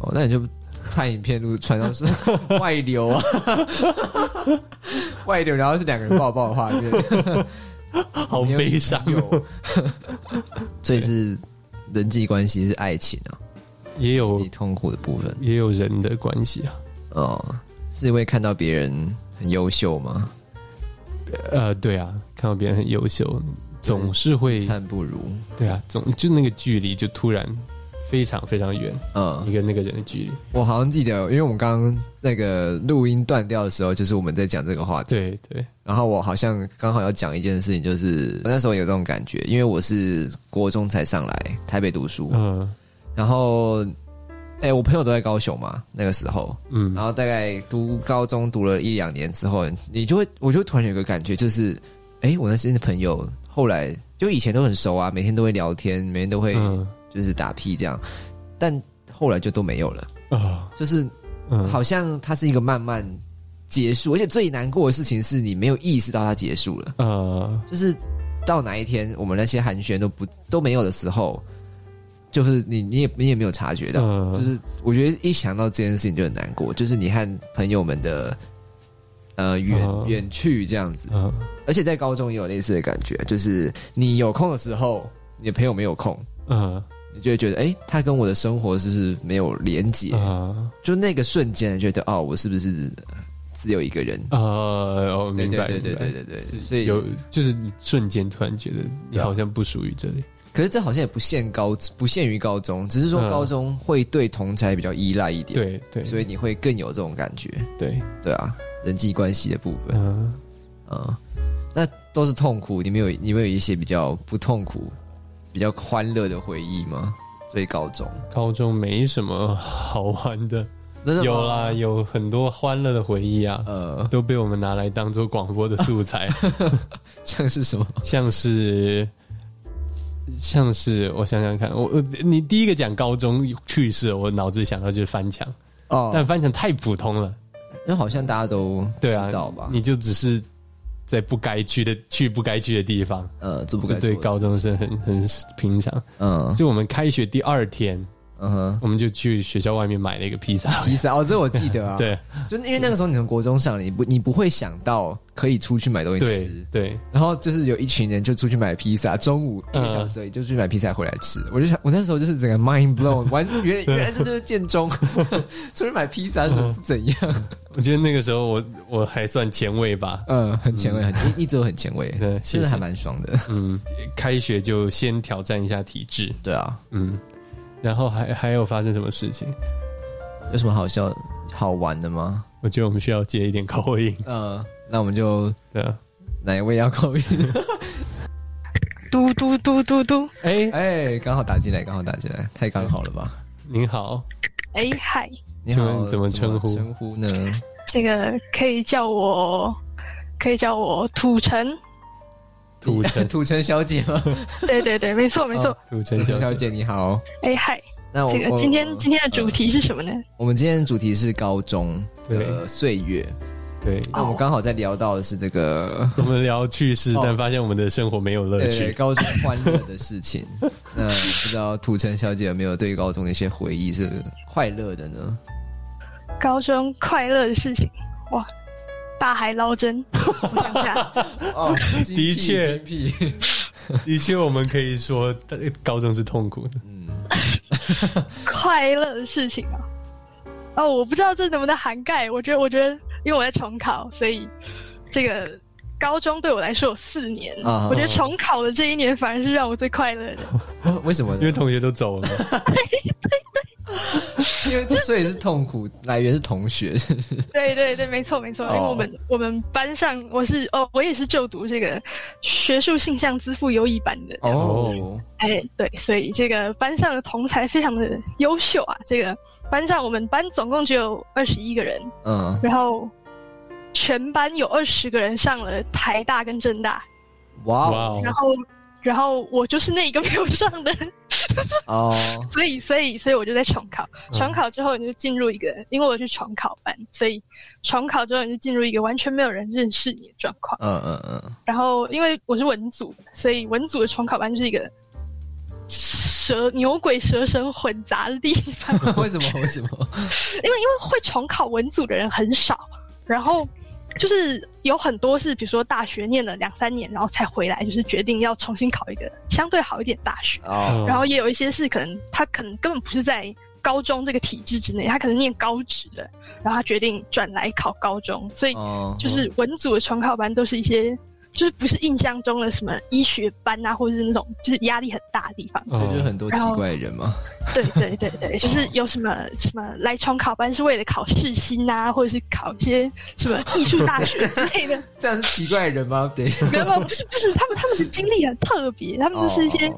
[SPEAKER 3] 哦，那你就拍影片录传上是 外流啊， 外流，然后是两个人抱抱的画面，
[SPEAKER 1] 好
[SPEAKER 3] 没有
[SPEAKER 1] 悲伤哦
[SPEAKER 3] 没有，所以是人际关系是爱情啊，
[SPEAKER 1] 也有
[SPEAKER 3] 你痛苦的部分
[SPEAKER 1] 也有人的关系啊。
[SPEAKER 3] 哦，是因为看到别人很优秀吗？
[SPEAKER 1] 呃，对啊，看到别人很优秀，总是会
[SPEAKER 3] 嗯看不如，
[SPEAKER 1] 对啊，总就那个距离就突然非常非常远，
[SPEAKER 3] 嗯，
[SPEAKER 1] 你跟那个人的距离。
[SPEAKER 3] 我好像记得，因为我们刚刚那个录音断掉的时候，就是我们在讲这个话题。
[SPEAKER 1] 对对，
[SPEAKER 3] 然后我好像刚好要讲一件事情，就是我那时候有这种感觉，因为我是国中才上来台北读书，
[SPEAKER 1] 嗯
[SPEAKER 3] 然后，哎、我朋友都在高雄嘛，那个时候，然
[SPEAKER 1] 嗯，
[SPEAKER 3] 后大概读高中读了一两年之后，你就会，我就突然有一个感觉，就是，哎、我那些朋友后来就以前都很熟啊，每天都会聊天，每天都会
[SPEAKER 1] 嗯
[SPEAKER 3] 就是打屁这样，但后来就都没有了，
[SPEAKER 1] 啊
[SPEAKER 3] 就是
[SPEAKER 1] 嗯，
[SPEAKER 3] 好像它是一个慢慢结束，而且最难过的事情是你没有意识到它结束了，
[SPEAKER 1] 呃，
[SPEAKER 3] 就是到哪一天我们那些寒暄都不都没有的时候，就是你你也你也没有察觉到，
[SPEAKER 1] 嗯
[SPEAKER 3] 就是我觉得一想到这件事情就很难过，就是你和朋友们的呃远
[SPEAKER 1] 嗯
[SPEAKER 3] 远去这样子，
[SPEAKER 1] 嗯
[SPEAKER 3] 而且在高中也有类似的感觉，就是你有空的时候，你的朋友没有空。
[SPEAKER 1] 嗯
[SPEAKER 3] 你就会觉得，哎、他跟我的生活是不是没有连结？
[SPEAKER 1] 啊
[SPEAKER 3] 就那个瞬间觉得，哦，我是不是只有一个人？
[SPEAKER 1] 啊，哦，
[SPEAKER 3] 对
[SPEAKER 1] 明
[SPEAKER 3] 对
[SPEAKER 1] 白，
[SPEAKER 3] 对对
[SPEAKER 1] 明白
[SPEAKER 3] 对对对，啊所以
[SPEAKER 1] 有就是你瞬间突然觉得你好像不属于这里，
[SPEAKER 3] 可是这好像也不限高，不限于高中，只是说
[SPEAKER 1] 嗯
[SPEAKER 3] 高中会对同才比较依赖一点，
[SPEAKER 1] 对对，
[SPEAKER 3] 所以你会更有这种感觉，
[SPEAKER 1] 对，
[SPEAKER 3] 对啊，人际关系的部分，
[SPEAKER 1] 嗯，
[SPEAKER 3] 嗯，那都是痛苦，你们有你们有一些比较不痛苦、比较欢乐的回忆吗？对高中，
[SPEAKER 1] 高中没什么好玩的，
[SPEAKER 3] 真的吗
[SPEAKER 1] 有啊啦，，有很多欢乐的回忆啊，
[SPEAKER 3] 呃，
[SPEAKER 1] 都被我们拿来当做广播的素 材，
[SPEAKER 3] 像是什么？
[SPEAKER 1] 像是。像是我想想看，我我你第一个讲高中趣事，我脑子想到就是翻墙，
[SPEAKER 3] 哦，
[SPEAKER 1] 但翻墙太普通了，
[SPEAKER 3] 因为好像大家都知
[SPEAKER 1] 对啊
[SPEAKER 3] 道吧，？
[SPEAKER 1] 你就只是在不该去的去不该去的地方，
[SPEAKER 3] 呃，这不该
[SPEAKER 1] 这对
[SPEAKER 3] 做的
[SPEAKER 1] 高
[SPEAKER 3] 事，
[SPEAKER 1] 中生很很平常。
[SPEAKER 3] 嗯
[SPEAKER 1] 就我们开学第二天，
[SPEAKER 3] 嗯哼，
[SPEAKER 1] 我们就去学校外面买了一个披萨。
[SPEAKER 3] 披萨哦，这我记得 啊。，
[SPEAKER 1] 对
[SPEAKER 3] 就因为那个时候你从国中上，你不你不会想到可以出去买东西
[SPEAKER 1] 对
[SPEAKER 3] 吃，
[SPEAKER 1] 对，
[SPEAKER 3] 然后就是有一群人就出去买披萨，中午一个小时而已就去买披萨回来吃。我就想，我那时候就是整个 mind blown，完原原来这就是建 中出去买披萨是是怎样？
[SPEAKER 1] 我觉得那个时候我我还算前卫吧。
[SPEAKER 3] 嗯，很前卫，很一一直都很前卫
[SPEAKER 1] 对，谢谢
[SPEAKER 3] 真的还蛮爽的。
[SPEAKER 1] 嗯，开学就先挑战一下体质。
[SPEAKER 3] 对啊，
[SPEAKER 1] 嗯，然后还还有发生什么事情？
[SPEAKER 3] 有什么好笑好玩的吗？
[SPEAKER 1] 我觉得我们需要接一点口音。
[SPEAKER 3] 嗯，那我们就
[SPEAKER 1] 对啊，
[SPEAKER 3] 哪一 位要扣音？
[SPEAKER 4] 嘟嘟嘟嘟嘟，
[SPEAKER 1] 哎、
[SPEAKER 3] 哎，刚好打进来，刚好打进来，太刚好了吧？
[SPEAKER 1] 您好，
[SPEAKER 4] 哎嗨，
[SPEAKER 3] 你
[SPEAKER 1] 请问
[SPEAKER 3] 好，
[SPEAKER 1] 你怎么称呼
[SPEAKER 3] 称呼呢？
[SPEAKER 4] 这个可以叫我，可以叫我土城。
[SPEAKER 1] 土 城
[SPEAKER 3] 土城小姐吗？
[SPEAKER 4] 对对对，没错没错。
[SPEAKER 1] 土
[SPEAKER 3] 土
[SPEAKER 1] 城
[SPEAKER 3] 城
[SPEAKER 1] 小
[SPEAKER 3] 小
[SPEAKER 1] 姐，
[SPEAKER 3] 姐你好，
[SPEAKER 4] 哎嗨，
[SPEAKER 3] 啊那我
[SPEAKER 4] 这个
[SPEAKER 3] 我
[SPEAKER 4] 今天
[SPEAKER 3] 我嗯
[SPEAKER 4] 今天的主题是什么呢？
[SPEAKER 3] 我们今天的主题是高中
[SPEAKER 1] 对
[SPEAKER 3] 的岁月，
[SPEAKER 1] 对，
[SPEAKER 3] 那我们刚好在聊到的是这个
[SPEAKER 1] 我们聊趣事，
[SPEAKER 3] 哦
[SPEAKER 1] 但发现我们的生活没有乐
[SPEAKER 3] 呃
[SPEAKER 1] 趣。
[SPEAKER 3] 高中欢乐的事情。 那不知道土城小姐有没有对高中的一些回忆是快乐的呢？
[SPEAKER 4] 高中快乐的事情，哇，大海捞针。我想一下，
[SPEAKER 3] 哦，精辟
[SPEAKER 1] 的确
[SPEAKER 3] 精辟，
[SPEAKER 1] 的确，我们可以说呃高中是痛苦的。
[SPEAKER 3] 嗯，
[SPEAKER 4] 快乐的事情啊。哦，我不知道这能不能涵盖。我觉得，我觉得，因为我在重考，所以这个高中对我来说有四年。
[SPEAKER 3] 啊
[SPEAKER 4] 我觉得重考的这一年反而是让我最快乐 的。
[SPEAKER 3] 为什么呢？
[SPEAKER 1] 因为同学都走了嘛，
[SPEAKER 3] 因为所以是痛苦来源是同学，
[SPEAKER 4] 对对对，没错没错，因为
[SPEAKER 3] 哦
[SPEAKER 4] 我们、我们班上我是哦，我也是就读这个学术性向资赋优异班的，这 样
[SPEAKER 1] 哦
[SPEAKER 3] 哦，
[SPEAKER 4] 哎对，所以这个班上的同才非常的优秀啊。这个班上我们班总共只有二十一个人，
[SPEAKER 3] 嗯，
[SPEAKER 4] 然后全班有二十个人上了台大跟政大，
[SPEAKER 3] 哇
[SPEAKER 1] 哇
[SPEAKER 3] 哦
[SPEAKER 1] 哦
[SPEAKER 4] 然，后然后我就是那一个没有上的，
[SPEAKER 3] 哦，
[SPEAKER 4] 所以，所以，所以我就在重考。
[SPEAKER 1] 嗯
[SPEAKER 4] 重考之后，你就进入一个，因为我去重考班，所以重考之后你就进入一个完全没有人认识你的状况。
[SPEAKER 3] 嗯嗯嗯，
[SPEAKER 4] 然后，因为我是文组，所以文组的重考班就是一个蛇牛鬼蛇神混杂的地方。
[SPEAKER 3] 为什么为什么？
[SPEAKER 4] 因为因为会重考文组的人很少，然后就是有很多是比如说大学念了两三年，然后才回来，就是决定要重新考一个相对好一点的大学。
[SPEAKER 3] 哦，
[SPEAKER 4] 然后也有一些是可能他可能根本不是在高中这个体制之内，他可能念高职的，然后他决定转来考高中，
[SPEAKER 1] 哎
[SPEAKER 4] 所以
[SPEAKER 3] 哦，
[SPEAKER 4] 就是文组的重考班都是一些。就是不是印象中的什么医学班啊，或者是那种就是压力很大的地方。
[SPEAKER 3] 所以就是
[SPEAKER 1] 哦
[SPEAKER 3] 很多奇怪的人嘛，
[SPEAKER 4] 对对对 对，就是有什么什么来重考班是为了考试新啊，或者是考一些什么艺术大学之 类的。
[SPEAKER 3] 这样是奇怪的人吗？对，
[SPEAKER 4] 没有没有，不是不是，他们他们的经历很特别，他们就是一
[SPEAKER 3] 哦
[SPEAKER 4] 些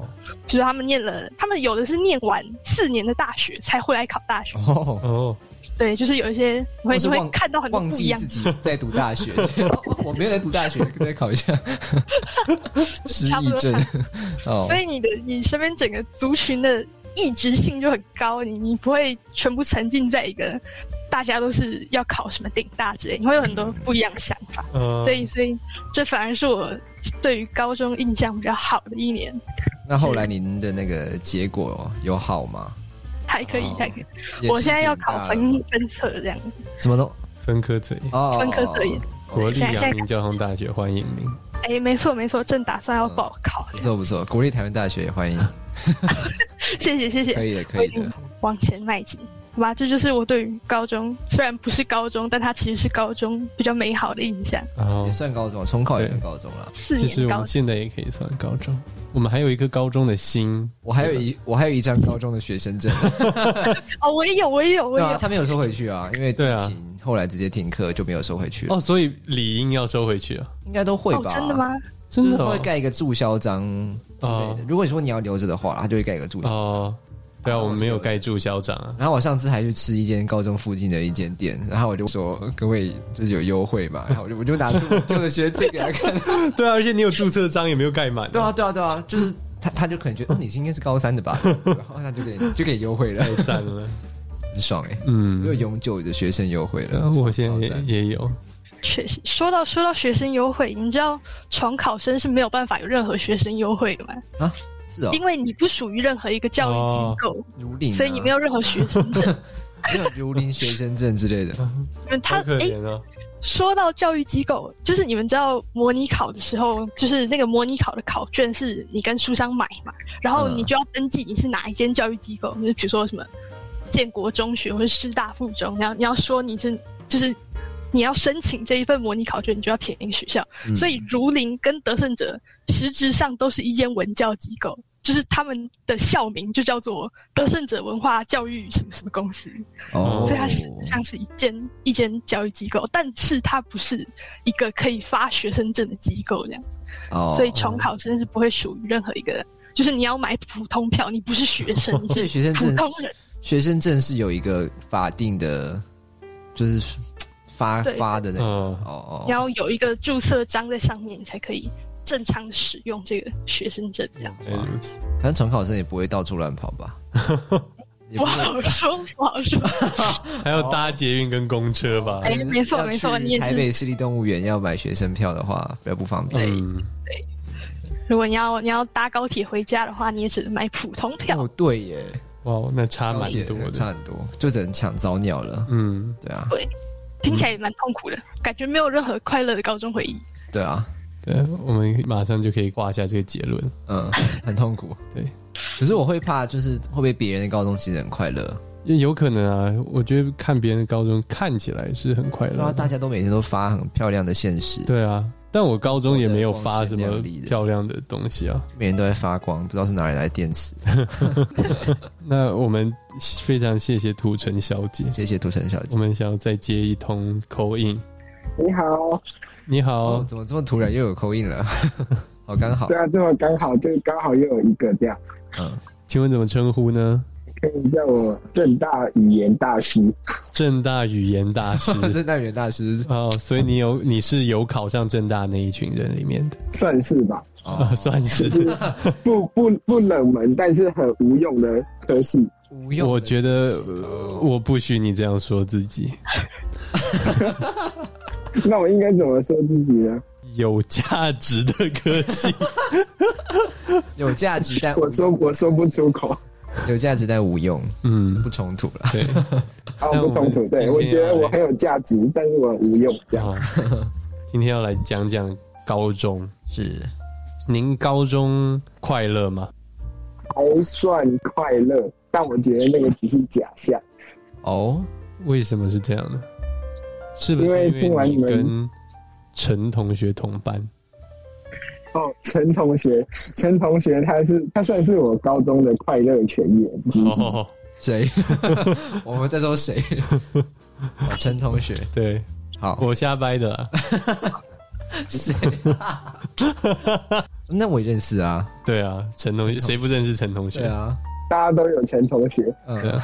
[SPEAKER 4] 比如他们念了，他们有的是念完四年的大学才回来考大学，
[SPEAKER 3] 哦，
[SPEAKER 1] 哦，
[SPEAKER 4] 对，就是有一些你
[SPEAKER 3] 或
[SPEAKER 4] 会
[SPEAKER 3] 是
[SPEAKER 4] 你
[SPEAKER 3] 忘
[SPEAKER 4] 会看到很多
[SPEAKER 3] 忘
[SPEAKER 4] 不一
[SPEAKER 3] 记
[SPEAKER 4] 样
[SPEAKER 3] 自，己在读大 学，哦我没有在读大学，再考一下，失
[SPEAKER 4] 差不
[SPEAKER 3] 忆
[SPEAKER 4] 多
[SPEAKER 3] 症
[SPEAKER 4] 差，
[SPEAKER 3] 哦，
[SPEAKER 4] 所以你的你身边整个族群的异质性就很高，你你不会全部沉浸在一个大家都是要考什么顶大之类，你会有很多不一样的想法，
[SPEAKER 1] 嗯
[SPEAKER 4] 所以所以这反而是我对于高中印象比较好的一年，
[SPEAKER 3] 那后来您的那个结果有好吗？
[SPEAKER 4] 还可以
[SPEAKER 3] 哦
[SPEAKER 4] 还可以，
[SPEAKER 3] 也是
[SPEAKER 4] 我现在要
[SPEAKER 3] 挺
[SPEAKER 4] 考
[SPEAKER 3] 大的
[SPEAKER 4] 分分测这样，
[SPEAKER 3] 什么东
[SPEAKER 1] 分科嘴，
[SPEAKER 3] 哦，
[SPEAKER 4] 分科测验，
[SPEAKER 1] 国立
[SPEAKER 4] 现在
[SPEAKER 1] 阳明交通大学欢迎您。
[SPEAKER 4] 哎、没错没错，正打算要报考，
[SPEAKER 3] 不错不错，国立台湾大学也 欢迎，
[SPEAKER 4] 谢谢谢谢
[SPEAKER 3] 可。以的可以的，
[SPEAKER 4] 往前迈进。好吧，这就是我对于高中，虽然不是高中，但它其实是高中比较美好的印象。
[SPEAKER 1] 然后
[SPEAKER 3] 也算高中，重考也算高中了。
[SPEAKER 4] 四
[SPEAKER 1] 其实
[SPEAKER 4] 年
[SPEAKER 1] 我
[SPEAKER 4] 高
[SPEAKER 1] 们，现在也可以算高中，我们还有一个高中的心，
[SPEAKER 3] 我还有一我还有一张高中的学生证，
[SPEAKER 4] 哦，我也有，我也有，我
[SPEAKER 3] 对
[SPEAKER 4] 也
[SPEAKER 3] 啊，
[SPEAKER 4] 有。
[SPEAKER 3] 他没有收回去啊，因为
[SPEAKER 1] 对啊
[SPEAKER 3] 疫情后来直接停课就没有收回去了，
[SPEAKER 1] 哦，所以理应要收回去啊，
[SPEAKER 3] 应该都会
[SPEAKER 4] 哦，
[SPEAKER 3] 吧？
[SPEAKER 4] 真的？吗？
[SPEAKER 1] 真的
[SPEAKER 3] 会
[SPEAKER 1] 哦
[SPEAKER 3] 盖一个注销章之类的
[SPEAKER 1] 哦。
[SPEAKER 3] 如果你说你要留着的话，他就会盖一个注销。
[SPEAKER 1] 哦，对啊，我们没有盖住校长啊，
[SPEAKER 3] 然后我上次还去吃一间高中附近的一间店，然后我就说各位就是有优惠嘛，然后我就我就拿出我旧的学这个来看，
[SPEAKER 1] 对啊，而且你有注册章也没有盖满，
[SPEAKER 3] 对啊，对啊对啊，就是他他就可能觉得哦你是应该是高三的吧，然后他就给就给优惠了，
[SPEAKER 1] 太赞了，
[SPEAKER 3] 很爽哎、
[SPEAKER 1] 嗯
[SPEAKER 3] 欸，又，永久的学生优惠
[SPEAKER 1] 对啊
[SPEAKER 3] 了，
[SPEAKER 1] 我
[SPEAKER 3] 超
[SPEAKER 1] 现在
[SPEAKER 3] 超
[SPEAKER 1] 也
[SPEAKER 3] 赞
[SPEAKER 1] 也有，
[SPEAKER 4] 确实，说到说到学生优惠，你知道重考生是没有办法有任何学生优惠的吗？
[SPEAKER 3] 啊，是哦，
[SPEAKER 4] 因为你不属于任何一个教育机构，
[SPEAKER 3] 如林、啊，
[SPEAKER 4] 嗯所以你没有任何学生证。
[SPEAKER 3] 没有如林学生证之类的。
[SPEAKER 4] 因为他
[SPEAKER 1] 好可
[SPEAKER 4] 哎、
[SPEAKER 1] 怜啊！
[SPEAKER 4] 说到教育机构，就是你们知道模拟考的时候，就是那个模拟考的考卷是你跟书商买嘛，然后
[SPEAKER 3] 嗯
[SPEAKER 4] 你就要登记你是哪一间教育机构，就是比如说什么建国中学或者师大附中，你要你要说你是就是你要申请这一份模拟考卷，你就要填一个学校。
[SPEAKER 3] 嗯
[SPEAKER 4] 所以如林跟得胜者实质上都是一间文教机构，就是他们的校名就叫做得胜者文化教育什么什么公司。
[SPEAKER 3] 哦，
[SPEAKER 4] 所以它实质上是一间一间教育机构，但是它不是一个可以发学生证的机构，这样子，
[SPEAKER 3] 哦，
[SPEAKER 4] 所以重考生是不会属于任何一个，就是你要买普通票，你不是 学生，你
[SPEAKER 3] 所以
[SPEAKER 4] 是
[SPEAKER 3] 学生
[SPEAKER 4] 普
[SPEAKER 3] 证
[SPEAKER 4] 通人，
[SPEAKER 3] 学生证是有一个法定的，就是发
[SPEAKER 4] 对
[SPEAKER 3] 发的那个。
[SPEAKER 1] 嗯，
[SPEAKER 3] 哦
[SPEAKER 4] 你
[SPEAKER 3] 哦，
[SPEAKER 4] 要有一个注册章在上面，你才可以正常的使用这个学生证，这样
[SPEAKER 3] 嗯
[SPEAKER 4] 子
[SPEAKER 1] 原哎来如此。
[SPEAKER 3] 反正重考生也不会到处乱跑 吧？也会
[SPEAKER 4] 不好说，不 好说。
[SPEAKER 1] 还有搭捷运跟公车吧。
[SPEAKER 4] 哎没错
[SPEAKER 3] 呃要去
[SPEAKER 4] 没错你也是
[SPEAKER 3] 台北市立动物园要买学生票的话，比较不方便。
[SPEAKER 1] 嗯，
[SPEAKER 4] 如果你要你要搭高铁回家的话，你也只能买普通票。
[SPEAKER 3] 哦，对耶，
[SPEAKER 1] 哇，那差蛮多
[SPEAKER 3] 高铁差
[SPEAKER 1] 的。
[SPEAKER 3] 很多，就只能抢早鸟了。
[SPEAKER 1] 嗯，
[SPEAKER 3] 对啊，
[SPEAKER 4] 听起来也蛮痛苦的，感觉没有任何快乐的高中回忆。
[SPEAKER 3] 对啊，
[SPEAKER 1] 对，我们马上就可以画下这个结论。
[SPEAKER 3] 嗯，很痛苦。
[SPEAKER 1] 对，
[SPEAKER 3] 可是我会怕，就是会不会别人的高中其实很快乐？
[SPEAKER 1] 也有可能啊，我觉得看别人的高中看起来是很快
[SPEAKER 3] 然后
[SPEAKER 1] 乐
[SPEAKER 3] 啊大
[SPEAKER 1] 的。
[SPEAKER 3] 家都每天都发很漂亮的现实，
[SPEAKER 1] 啊对啊，但我高中也没有
[SPEAKER 3] 光
[SPEAKER 1] 发什
[SPEAKER 3] 鲜亮
[SPEAKER 1] 么
[SPEAKER 3] 丽的
[SPEAKER 1] 漂亮的东西啊。
[SPEAKER 3] 每天都在发光，不知道是哪里来的电池。
[SPEAKER 1] 那我们非常谢谢土城小姐，
[SPEAKER 3] 谢谢涂城小姐
[SPEAKER 1] 我。们想要再接一通口音。
[SPEAKER 5] 你好，
[SPEAKER 1] 你好
[SPEAKER 3] 哦，，怎么这么突然又有口音了？ 好刚好
[SPEAKER 5] 对，啊，这么刚好就刚好又有一个这样，
[SPEAKER 3] 嗯，
[SPEAKER 1] 请问怎么称呼呢？
[SPEAKER 5] 可以叫我正大语言大师。正
[SPEAKER 1] 正大语言大 师
[SPEAKER 3] 郑大元大师
[SPEAKER 1] 哦，所以你有你是有考上正大那一群人里面的
[SPEAKER 5] 算是吧，
[SPEAKER 1] 啊、
[SPEAKER 3] 哦，
[SPEAKER 1] 算是。
[SPEAKER 5] 不不不冷门，但是很无用的科系。
[SPEAKER 3] 无用的。
[SPEAKER 1] 我觉得、呃我不许你这样说自 己，
[SPEAKER 5] 那我应该怎么说自己呢？
[SPEAKER 1] 有价值的科 系。
[SPEAKER 3] 有价值但
[SPEAKER 5] 我说我说不出口，
[SPEAKER 3] 有价值但无用，
[SPEAKER 1] 嗯，
[SPEAKER 3] 不冲突了。
[SPEAKER 1] 对，
[SPEAKER 5] 啊，
[SPEAKER 1] 那
[SPEAKER 5] 我
[SPEAKER 1] 我
[SPEAKER 5] 不冲突。
[SPEAKER 1] 们
[SPEAKER 5] 对，
[SPEAKER 1] 今天
[SPEAKER 5] 我觉
[SPEAKER 1] 要
[SPEAKER 5] 得
[SPEAKER 1] 来
[SPEAKER 5] 我很有价值，但是我很无用。这样，
[SPEAKER 1] 好，今天要来讲讲高中。
[SPEAKER 3] 是，
[SPEAKER 1] 您高中快乐吗？
[SPEAKER 5] 还算快乐，但我觉得那个只是假象。
[SPEAKER 3] 哦，
[SPEAKER 1] 为什么是这样呢？是不是
[SPEAKER 5] 因为听
[SPEAKER 1] 因为
[SPEAKER 5] 完
[SPEAKER 1] 你
[SPEAKER 5] 你们
[SPEAKER 1] 跟陈同学同班？
[SPEAKER 5] 哦，陈同学，陈同学他是他算是我高中的快乐泉源之一。
[SPEAKER 1] 哦，
[SPEAKER 3] 谁？ 我们在说谁？ 哦陈同学，
[SPEAKER 1] 对，
[SPEAKER 3] 好，
[SPEAKER 1] 我瞎掰的啊啦。
[SPEAKER 3] 谁？ 那我也认识啊，
[SPEAKER 1] 对啊，陈同学，谁不认识陈同学？
[SPEAKER 3] 对啊，
[SPEAKER 5] 大家都有陈同学，
[SPEAKER 1] 对
[SPEAKER 3] 嗯，
[SPEAKER 1] 啊，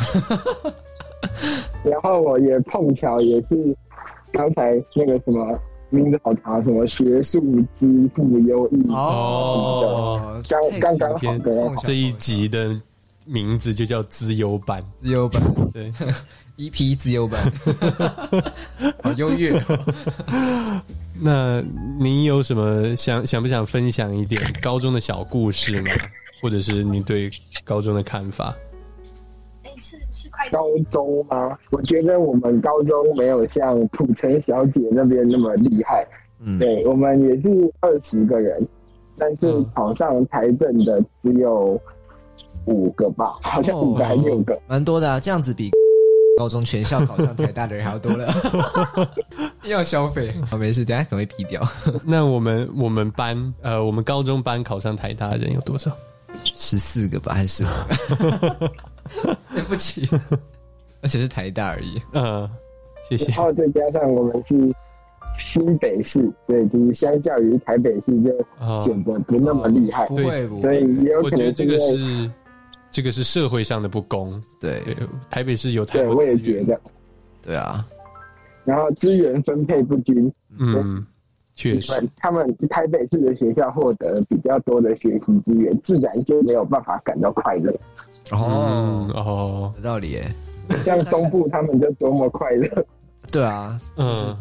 [SPEAKER 5] 然后我也碰巧也是刚才那个什么名字好长，什么学术之父优异，
[SPEAKER 1] 哦
[SPEAKER 5] 刚
[SPEAKER 3] 太
[SPEAKER 5] 刚刚
[SPEAKER 1] 今
[SPEAKER 5] 好
[SPEAKER 1] 天
[SPEAKER 5] 刚刚
[SPEAKER 3] 碰
[SPEAKER 5] 好
[SPEAKER 3] 巧。
[SPEAKER 1] 这一集的名字就叫资优版。
[SPEAKER 3] 自由 版
[SPEAKER 1] 对，
[SPEAKER 3] EP 自由版， 好优越哦。
[SPEAKER 1] 那您有什么想想不想分享一点高中的小故事吗？ 或者是你对高中的看法？
[SPEAKER 4] 哎，是是快
[SPEAKER 5] 高中吗？我觉得我们高中没有像土城小姐那边那么厉害。
[SPEAKER 3] 嗯，
[SPEAKER 5] 对我们也是二十个人，但是
[SPEAKER 3] 嗯
[SPEAKER 5] 考上台政的只有五个吧，好
[SPEAKER 3] 哦
[SPEAKER 5] 像五个还六个。
[SPEAKER 3] 蛮多的啊，这样子比 高中全校考上台大的人还要多了。 要消费，好、没事，等一下可能会毙掉。
[SPEAKER 1] 那我们我们班呃，我们高中班考上台大的人有多少？
[SPEAKER 3] 十四个吧，还是十五个？ 对不起，而且是台大而已。
[SPEAKER 1] 呃，谢谢
[SPEAKER 5] 然。后再加上我们是新北市，所以就是相较于台北市就
[SPEAKER 1] 啊、
[SPEAKER 5] 显得不那么厉害
[SPEAKER 3] 啊不。会不
[SPEAKER 5] 所
[SPEAKER 3] 会，
[SPEAKER 5] 以也有
[SPEAKER 1] 我
[SPEAKER 5] 可
[SPEAKER 1] 觉得
[SPEAKER 5] 能
[SPEAKER 1] 这个
[SPEAKER 5] 因为
[SPEAKER 1] 是这个是社会上的不公。对
[SPEAKER 3] 对，
[SPEAKER 1] 台北市有太
[SPEAKER 5] 对，
[SPEAKER 1] 多
[SPEAKER 5] 我也
[SPEAKER 1] 资
[SPEAKER 5] 觉
[SPEAKER 1] 源，
[SPEAKER 5] 得。
[SPEAKER 3] 对啊，
[SPEAKER 5] 然后资源分配不均，
[SPEAKER 1] 嗯，确
[SPEAKER 5] 他
[SPEAKER 1] 实
[SPEAKER 5] 们，他们台北市的学校获得比较多的学习资源，自然就没有办法感到快乐。
[SPEAKER 1] 嗯
[SPEAKER 3] 哦，
[SPEAKER 1] 哦，
[SPEAKER 3] 有道理耶。
[SPEAKER 5] 像东部他们就多么快乐，
[SPEAKER 3] 对啊，
[SPEAKER 1] 嗯，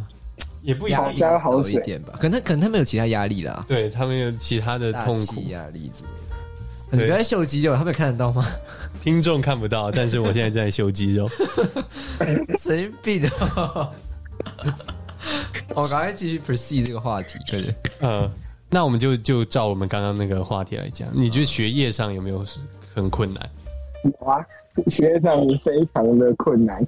[SPEAKER 1] 也不一
[SPEAKER 3] 压
[SPEAKER 1] 样
[SPEAKER 3] 力。
[SPEAKER 5] 山好
[SPEAKER 3] 少
[SPEAKER 5] 水
[SPEAKER 3] 一点吧，可能可能他们有其他压力啦，
[SPEAKER 1] 对他们有其他的
[SPEAKER 3] 大啊
[SPEAKER 1] 痛苦
[SPEAKER 3] 气，压力之类的。你不要再秀肌肉，他们有看得到 吗？
[SPEAKER 1] 听众看不到，但是我现在在修肌 肉。
[SPEAKER 3] 神经病哦！ 我赶快继续 proceed 这个话题，可以？
[SPEAKER 1] 呃，那我们就就照我们刚刚那个话题来讲，你觉得学业上有没有是很困难？
[SPEAKER 5] 有啊，学长非常的困难，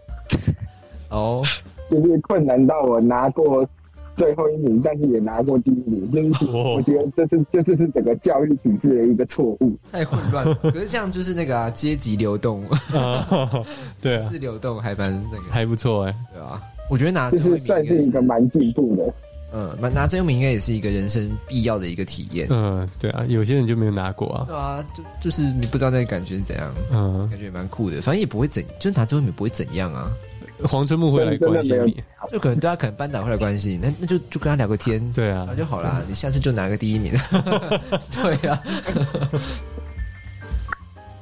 [SPEAKER 3] 哦，
[SPEAKER 5] 就是困难到我拿过最后一名，但是也拿过第一名，就是
[SPEAKER 1] 哦
[SPEAKER 5] 我觉得这是这就是整个教育体制的一个错误。
[SPEAKER 3] 太混乱了。可是这样就是那个啊，阶级流动，
[SPEAKER 1] 啊， 对啊
[SPEAKER 3] 是，流动还蛮那个，
[SPEAKER 1] 还不错哎、
[SPEAKER 3] 对啊吧？我觉得拿
[SPEAKER 5] 就
[SPEAKER 3] 最后
[SPEAKER 5] 是
[SPEAKER 3] 一名
[SPEAKER 5] 算
[SPEAKER 3] 应
[SPEAKER 5] 是
[SPEAKER 3] 该
[SPEAKER 5] 一
[SPEAKER 3] 是
[SPEAKER 5] 个蛮进步的。
[SPEAKER 3] 嗯，蛮拿最后一名应该也是一个人生必要的一个体验。
[SPEAKER 1] 嗯，对啊，有些人就没有拿过啊，
[SPEAKER 3] 对啊，就就是你不知道那个感觉是怎样，
[SPEAKER 1] 嗯，
[SPEAKER 3] 感觉也蛮酷的。反正也不会怎，就是拿最后一名不会怎样啊。
[SPEAKER 1] 黄春木会来关心
[SPEAKER 5] 真的没
[SPEAKER 1] 你，
[SPEAKER 3] 就可能对他可能班长会来关心，那那就就跟他聊个天，
[SPEAKER 1] 对啊
[SPEAKER 3] 那，就好啦。你下次就拿个第 一名，对呀、啊，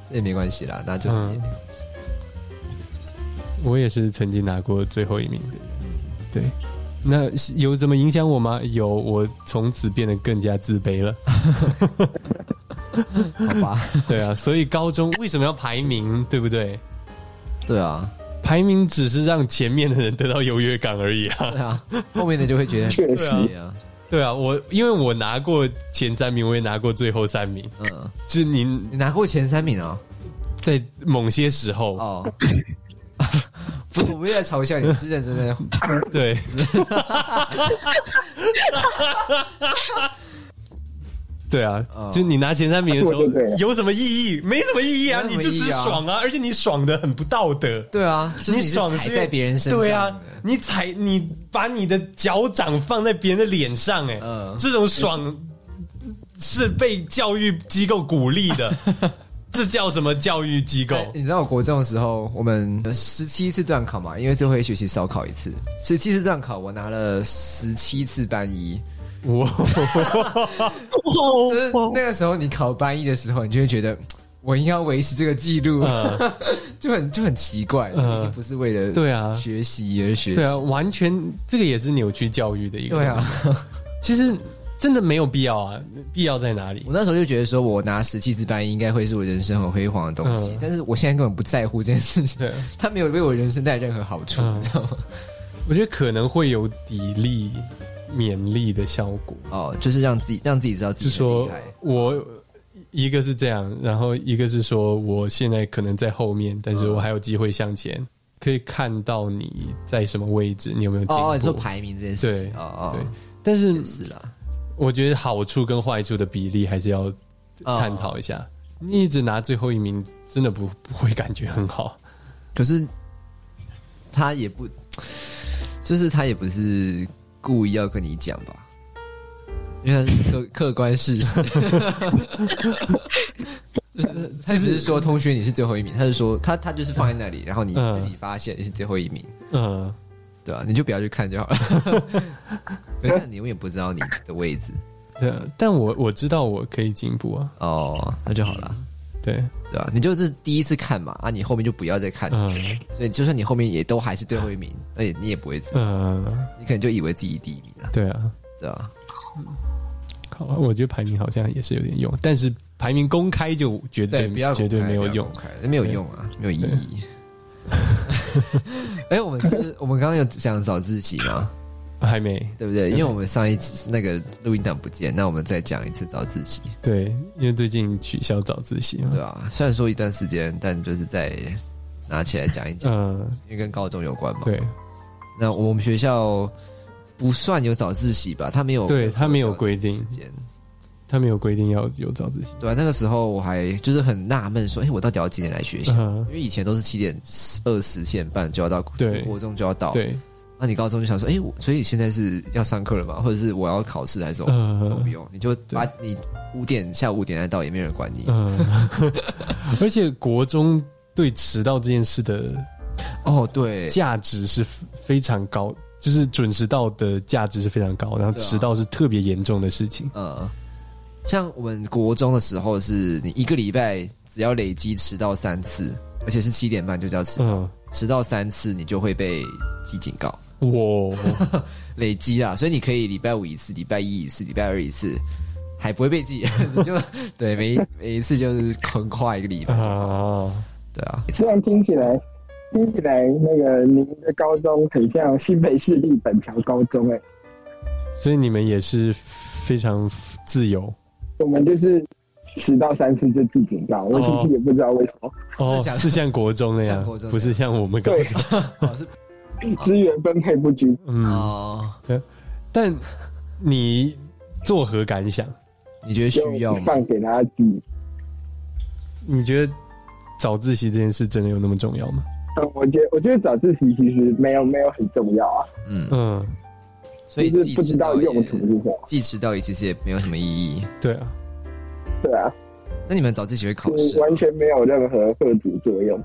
[SPEAKER 3] 所以没关系啦，拿这种也没关系。
[SPEAKER 1] 我也是曾经拿过最后一名的人，对。那是有怎么影响我吗？有，我从此变得更加自卑了。
[SPEAKER 3] 好吧？
[SPEAKER 1] 对啊，所以高中为什么要排名，对不对？
[SPEAKER 3] 对啊，
[SPEAKER 1] 排名只是让前面的人得到优越感而已啊。
[SPEAKER 3] 对啊，后面的就会觉得
[SPEAKER 5] 确实
[SPEAKER 3] 对啊，
[SPEAKER 1] 对啊，我因为我拿过前三名，我也拿过最后三名。
[SPEAKER 3] 嗯，
[SPEAKER 1] 就是您
[SPEAKER 3] 你拿过前三名啊、
[SPEAKER 1] 在某些时候，
[SPEAKER 3] 哦？哦，不是，我没有在嘲笑你，我是认真的。
[SPEAKER 1] 对， 对啊，
[SPEAKER 3] 哦
[SPEAKER 1] 就你拿前三名的时 候
[SPEAKER 5] 对对对
[SPEAKER 1] 有什么意义？没什么意义啊，你
[SPEAKER 3] 没什么
[SPEAKER 1] 就
[SPEAKER 3] 意
[SPEAKER 1] 只
[SPEAKER 3] 义啊
[SPEAKER 1] 是爽啊，而且你爽的很不道德。
[SPEAKER 3] 对啊，就是是
[SPEAKER 1] 爽
[SPEAKER 3] 踩
[SPEAKER 1] 是
[SPEAKER 3] 在别人身上，
[SPEAKER 1] 对啊，你踩你把你的脚掌放在别人的脸上、哎、
[SPEAKER 3] 嗯
[SPEAKER 1] 这种爽是被教育机构鼓励的， 这叫什么教育机构？
[SPEAKER 3] 哎你知道我国中的时候，我们十七次段考嘛，因为最后一学期少考一次，十七次段考我拿了十七次班一，
[SPEAKER 1] 我
[SPEAKER 4] 哦
[SPEAKER 3] 就是那个时候你考班一的时候，你就会觉得。我应该要维持这个记录，
[SPEAKER 1] 嗯
[SPEAKER 3] 就很就很奇怪，就已经不是为了
[SPEAKER 1] 对啊
[SPEAKER 3] 学习而学习，
[SPEAKER 1] 对啊，完全这个也是扭曲教育的一个。
[SPEAKER 3] 对啊，
[SPEAKER 1] 其实真的没有必要啊，必要在哪里
[SPEAKER 3] 我？那时候就觉得说我拿十七次班一应该会是我人生很辉煌的东西，
[SPEAKER 1] 嗯
[SPEAKER 3] 但是我现在根本不在乎这件事情，
[SPEAKER 1] 对，
[SPEAKER 3] 它没有为我人生带来任何好处，
[SPEAKER 1] 嗯
[SPEAKER 3] 你知道吗？
[SPEAKER 1] 我觉得可能会有砥砺、勉励的效果。
[SPEAKER 3] 哦，就是让自己让自己知道
[SPEAKER 1] 就
[SPEAKER 3] 自己很厉
[SPEAKER 1] 说
[SPEAKER 3] 害，
[SPEAKER 1] 我一个是这样，然后一个是说我现在可能在后面，但
[SPEAKER 3] 嗯
[SPEAKER 1] 是我还有机会向前，可以看到你在什么位置，你有没有进步？
[SPEAKER 3] 哦哦，你说排名这件事
[SPEAKER 1] 对
[SPEAKER 3] 情，哦哦
[SPEAKER 1] 对，，但
[SPEAKER 3] 也
[SPEAKER 1] 是
[SPEAKER 3] 是啦，
[SPEAKER 1] 我觉得好处跟坏处的比例还是要
[SPEAKER 3] 哦
[SPEAKER 1] 探讨一下。你一直拿最后一名，真的不不会感觉很好。
[SPEAKER 3] 可是他也不，就是他也不是故意要跟你讲吧，因为他是客客观事实。 就是他只是说同学你是最后一名，他是说他他就是放在那里，然后你
[SPEAKER 1] 嗯
[SPEAKER 3] 自己发现你是最后一名，
[SPEAKER 1] 嗯，
[SPEAKER 3] 对吧、你就不要去看就好了。 可是这样你永远不知道你的位置
[SPEAKER 1] 对啊，但我我知道我可以进步啊。
[SPEAKER 3] 哦，那就好了，
[SPEAKER 1] 对，
[SPEAKER 3] 对吧、你就是第一次看嘛，啊，你后面就不要再看，
[SPEAKER 1] 嗯
[SPEAKER 3] 所以就算你后面也都还是最后一名，而且你也不会知道。
[SPEAKER 1] 嗯，
[SPEAKER 3] 你可能就以为自己第一名了，
[SPEAKER 1] 对啊。
[SPEAKER 3] 对吧？
[SPEAKER 1] 好啊，我觉得排名好像也是有点用，但是排名公开就绝对
[SPEAKER 3] 不要
[SPEAKER 1] 绝对
[SPEAKER 3] 公开
[SPEAKER 1] 没有
[SPEAKER 3] 不要
[SPEAKER 1] 用
[SPEAKER 3] 公。开没有用啊，没有意义。 哎、我们是，我们刚刚有讲早自习嘛，
[SPEAKER 1] 还没
[SPEAKER 3] 对不对？因为我们上一次那个录音档不见，那我们再讲一次早自习，
[SPEAKER 1] 对，因为最近取消早自习嘛
[SPEAKER 3] 对。吧、虽然说一段时间，但就是再拿起来讲一讲，
[SPEAKER 1] 嗯，
[SPEAKER 3] 因为跟高中有关嘛。
[SPEAKER 1] 对，
[SPEAKER 3] 那我们学校不算有早自习吧？他没有，
[SPEAKER 1] 对它没有规定
[SPEAKER 3] 时间。
[SPEAKER 1] 他没有规定要有早自习。
[SPEAKER 3] 对啊，那个时候我还就是很纳闷，说，哎、我到底要几点来学校？
[SPEAKER 1] 嗯
[SPEAKER 3] 因，为以前都是七点二十、七点半就要到，
[SPEAKER 1] 对
[SPEAKER 3] 国中就要到。，
[SPEAKER 1] 对，
[SPEAKER 3] 那你高中就想说，哎、我所以现在是要上课了吗？或者是我要考试还是什么？都不
[SPEAKER 1] 嗯
[SPEAKER 3] 用，你就把你五点下午五点再到，也没人管你。
[SPEAKER 1] 嗯， 而且国中对迟到这件事的
[SPEAKER 3] 哦，对，
[SPEAKER 1] 价值是非常高，就是准时到的价值是非常高，然后
[SPEAKER 3] 对啊
[SPEAKER 1] 迟到是特别严重的事情。
[SPEAKER 3] 呃，像我们国中的时候是，你一个礼拜只要累积迟到三次，而且是七点半就叫迟到，
[SPEAKER 1] 嗯，
[SPEAKER 3] 迟到三次你就会被记警告。
[SPEAKER 1] 我
[SPEAKER 3] 啊累积啦，所以你可以礼拜五一次，礼拜一一次，礼拜二一次，还不会背 记，就对每一每一次就是横跨一个礼拜，
[SPEAKER 1] 啊，
[SPEAKER 3] 对啊，
[SPEAKER 5] 虽然听起来听起来那个您的高中很像新北市立本桥高中、哎，
[SPEAKER 1] 所以你们也是非常自由
[SPEAKER 5] 我们就是迟到三次就记警告，我
[SPEAKER 1] 哦
[SPEAKER 5] 其实也不知道为什 么，
[SPEAKER 1] 哦
[SPEAKER 3] 的假，的
[SPEAKER 1] 是像国中那样
[SPEAKER 3] 像国中那，样
[SPEAKER 1] 不是像我们高中。
[SPEAKER 3] 哦是
[SPEAKER 5] 资源分配不均。
[SPEAKER 1] 嗯，
[SPEAKER 3] 哦，
[SPEAKER 1] 但你作何感想？
[SPEAKER 3] 你觉得
[SPEAKER 5] 就
[SPEAKER 3] 需要吗？
[SPEAKER 5] 放给大家记。
[SPEAKER 1] 你觉得早自习这件事真的有那么重要吗？
[SPEAKER 5] 嗯，我觉得我觉得早自习其实没有没有很重要啊，
[SPEAKER 3] 嗯，
[SPEAKER 1] 嗯，
[SPEAKER 3] 所以
[SPEAKER 5] 就是
[SPEAKER 3] 记
[SPEAKER 5] 不知
[SPEAKER 3] 迟
[SPEAKER 5] 道
[SPEAKER 3] 到也
[SPEAKER 5] 用途是什么。
[SPEAKER 3] 记迟到也其实也没有什么意义。
[SPEAKER 1] 对啊，
[SPEAKER 5] 对啊，
[SPEAKER 3] 那你们早自习会考
[SPEAKER 5] 就是
[SPEAKER 3] 试？
[SPEAKER 5] 完全没有任何贺主作用。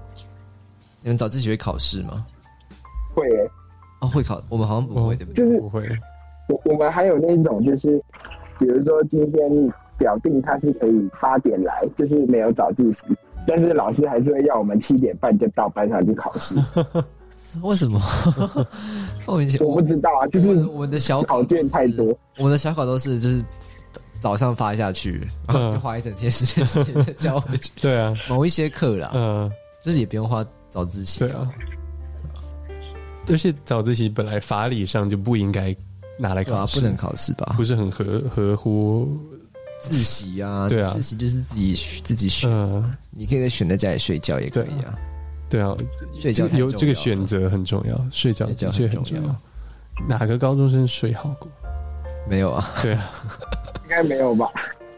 [SPEAKER 3] 你们早自习会考试吗？
[SPEAKER 5] 会耶、
[SPEAKER 3] 哦，会考，我们好像不会，
[SPEAKER 1] 哦
[SPEAKER 3] 对不对？
[SPEAKER 5] 就是
[SPEAKER 1] 不会。
[SPEAKER 5] 我我们还有那种就是，比如说今天表定他是可以八点来，就是没有早自习，但是老师还是会要我们七点半就到班上去考 试。
[SPEAKER 3] 为什么？ 莫名其
[SPEAKER 5] 我不知道啊，就是
[SPEAKER 3] 我们我们的小
[SPEAKER 5] 考
[SPEAKER 3] 都
[SPEAKER 5] 卷
[SPEAKER 3] 是
[SPEAKER 5] 太多，
[SPEAKER 3] 我们的小考都是就是早上发下去，然后
[SPEAKER 1] 嗯
[SPEAKER 3] 就花一整天时间时间再交回去。
[SPEAKER 1] 对啊，
[SPEAKER 3] 某一些课啦，
[SPEAKER 1] 嗯，
[SPEAKER 3] 就是也不用花早自习。
[SPEAKER 1] 对啊。而且早自习本来法理上就不应该拿来
[SPEAKER 3] 对啊，
[SPEAKER 1] 考
[SPEAKER 3] 不
[SPEAKER 1] 试，
[SPEAKER 3] 能考试吧
[SPEAKER 1] 不？是很合合乎。
[SPEAKER 3] 自习啊，
[SPEAKER 1] 对啊
[SPEAKER 3] 自习就是自己学自己选，
[SPEAKER 1] 嗯，
[SPEAKER 3] 你可以选在家里睡觉也可以啊。
[SPEAKER 1] 对啊，
[SPEAKER 3] 睡觉
[SPEAKER 1] 这
[SPEAKER 3] 太
[SPEAKER 1] 有
[SPEAKER 3] 重
[SPEAKER 1] 这个
[SPEAKER 3] 要了
[SPEAKER 1] 选择很重要，睡觉
[SPEAKER 3] 睡觉
[SPEAKER 1] 的确
[SPEAKER 3] 很
[SPEAKER 1] 很
[SPEAKER 3] 重
[SPEAKER 1] 重
[SPEAKER 3] 要
[SPEAKER 1] 要。哪个高中生睡好过？
[SPEAKER 3] 没有啊，
[SPEAKER 1] 对啊，
[SPEAKER 5] 应该没有吧？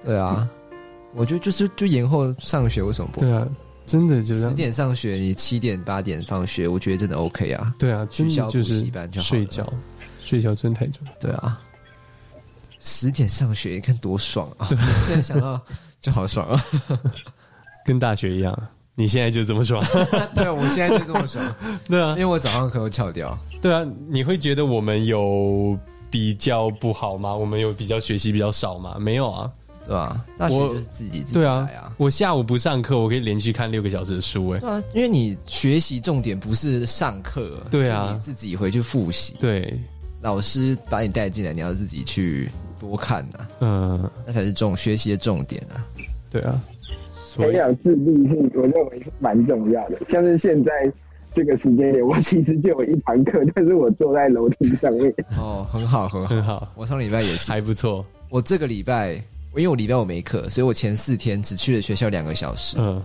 [SPEAKER 3] 对啊，我觉得就是就延后上学为什么不？
[SPEAKER 1] 对啊，真的就这
[SPEAKER 3] 十
[SPEAKER 1] 样。
[SPEAKER 3] 点上学，你七点八点放学，我觉得真的 OK 啊。
[SPEAKER 1] 对啊，真
[SPEAKER 3] 取消
[SPEAKER 1] 的就
[SPEAKER 3] 补
[SPEAKER 1] 是
[SPEAKER 3] 习班就好了
[SPEAKER 1] 睡觉，睡觉真太重要。
[SPEAKER 3] 对啊，十点上学，你看多爽啊！对，现在想到就好 爽啊。
[SPEAKER 1] 跟大学一样，啊你现在就这么说。
[SPEAKER 3] 对，
[SPEAKER 1] 啊
[SPEAKER 3] 我现在就这么爽，
[SPEAKER 1] 对啊
[SPEAKER 3] 因，为我早上可能翘掉。
[SPEAKER 1] 对啊，你会觉得我们有比较不好吗？我们有比较学习比较少吗？没有啊。
[SPEAKER 3] 对吧？大学
[SPEAKER 1] 我
[SPEAKER 3] 就是自己自己
[SPEAKER 1] 对
[SPEAKER 3] 来
[SPEAKER 1] 啊
[SPEAKER 3] 啊，。
[SPEAKER 1] 我下午不上课，我可以连续看六个小时的书、哎，
[SPEAKER 3] 对啊，因为你学习重点不是上课，
[SPEAKER 1] 对啊
[SPEAKER 3] 是你自己回去复习。
[SPEAKER 1] 对，
[SPEAKER 3] 老师把你带进来，你要自己去多看呐、
[SPEAKER 1] 嗯，
[SPEAKER 3] 那才是重学习的重点啊。
[SPEAKER 1] 对啊，所
[SPEAKER 5] 培
[SPEAKER 1] 以
[SPEAKER 5] 养自律性，我认为是蛮重要的。像是现在这个时间点，我其实就有一堂课，但是我坐在楼梯上面。
[SPEAKER 3] 哦，很好，很好。
[SPEAKER 1] 很好，
[SPEAKER 3] 我上礼拜也是，
[SPEAKER 1] 还不错，
[SPEAKER 3] 我这个礼拜，因为我礼拜我没课，所以我前四天只去了学校两个小 时，
[SPEAKER 1] 嗯，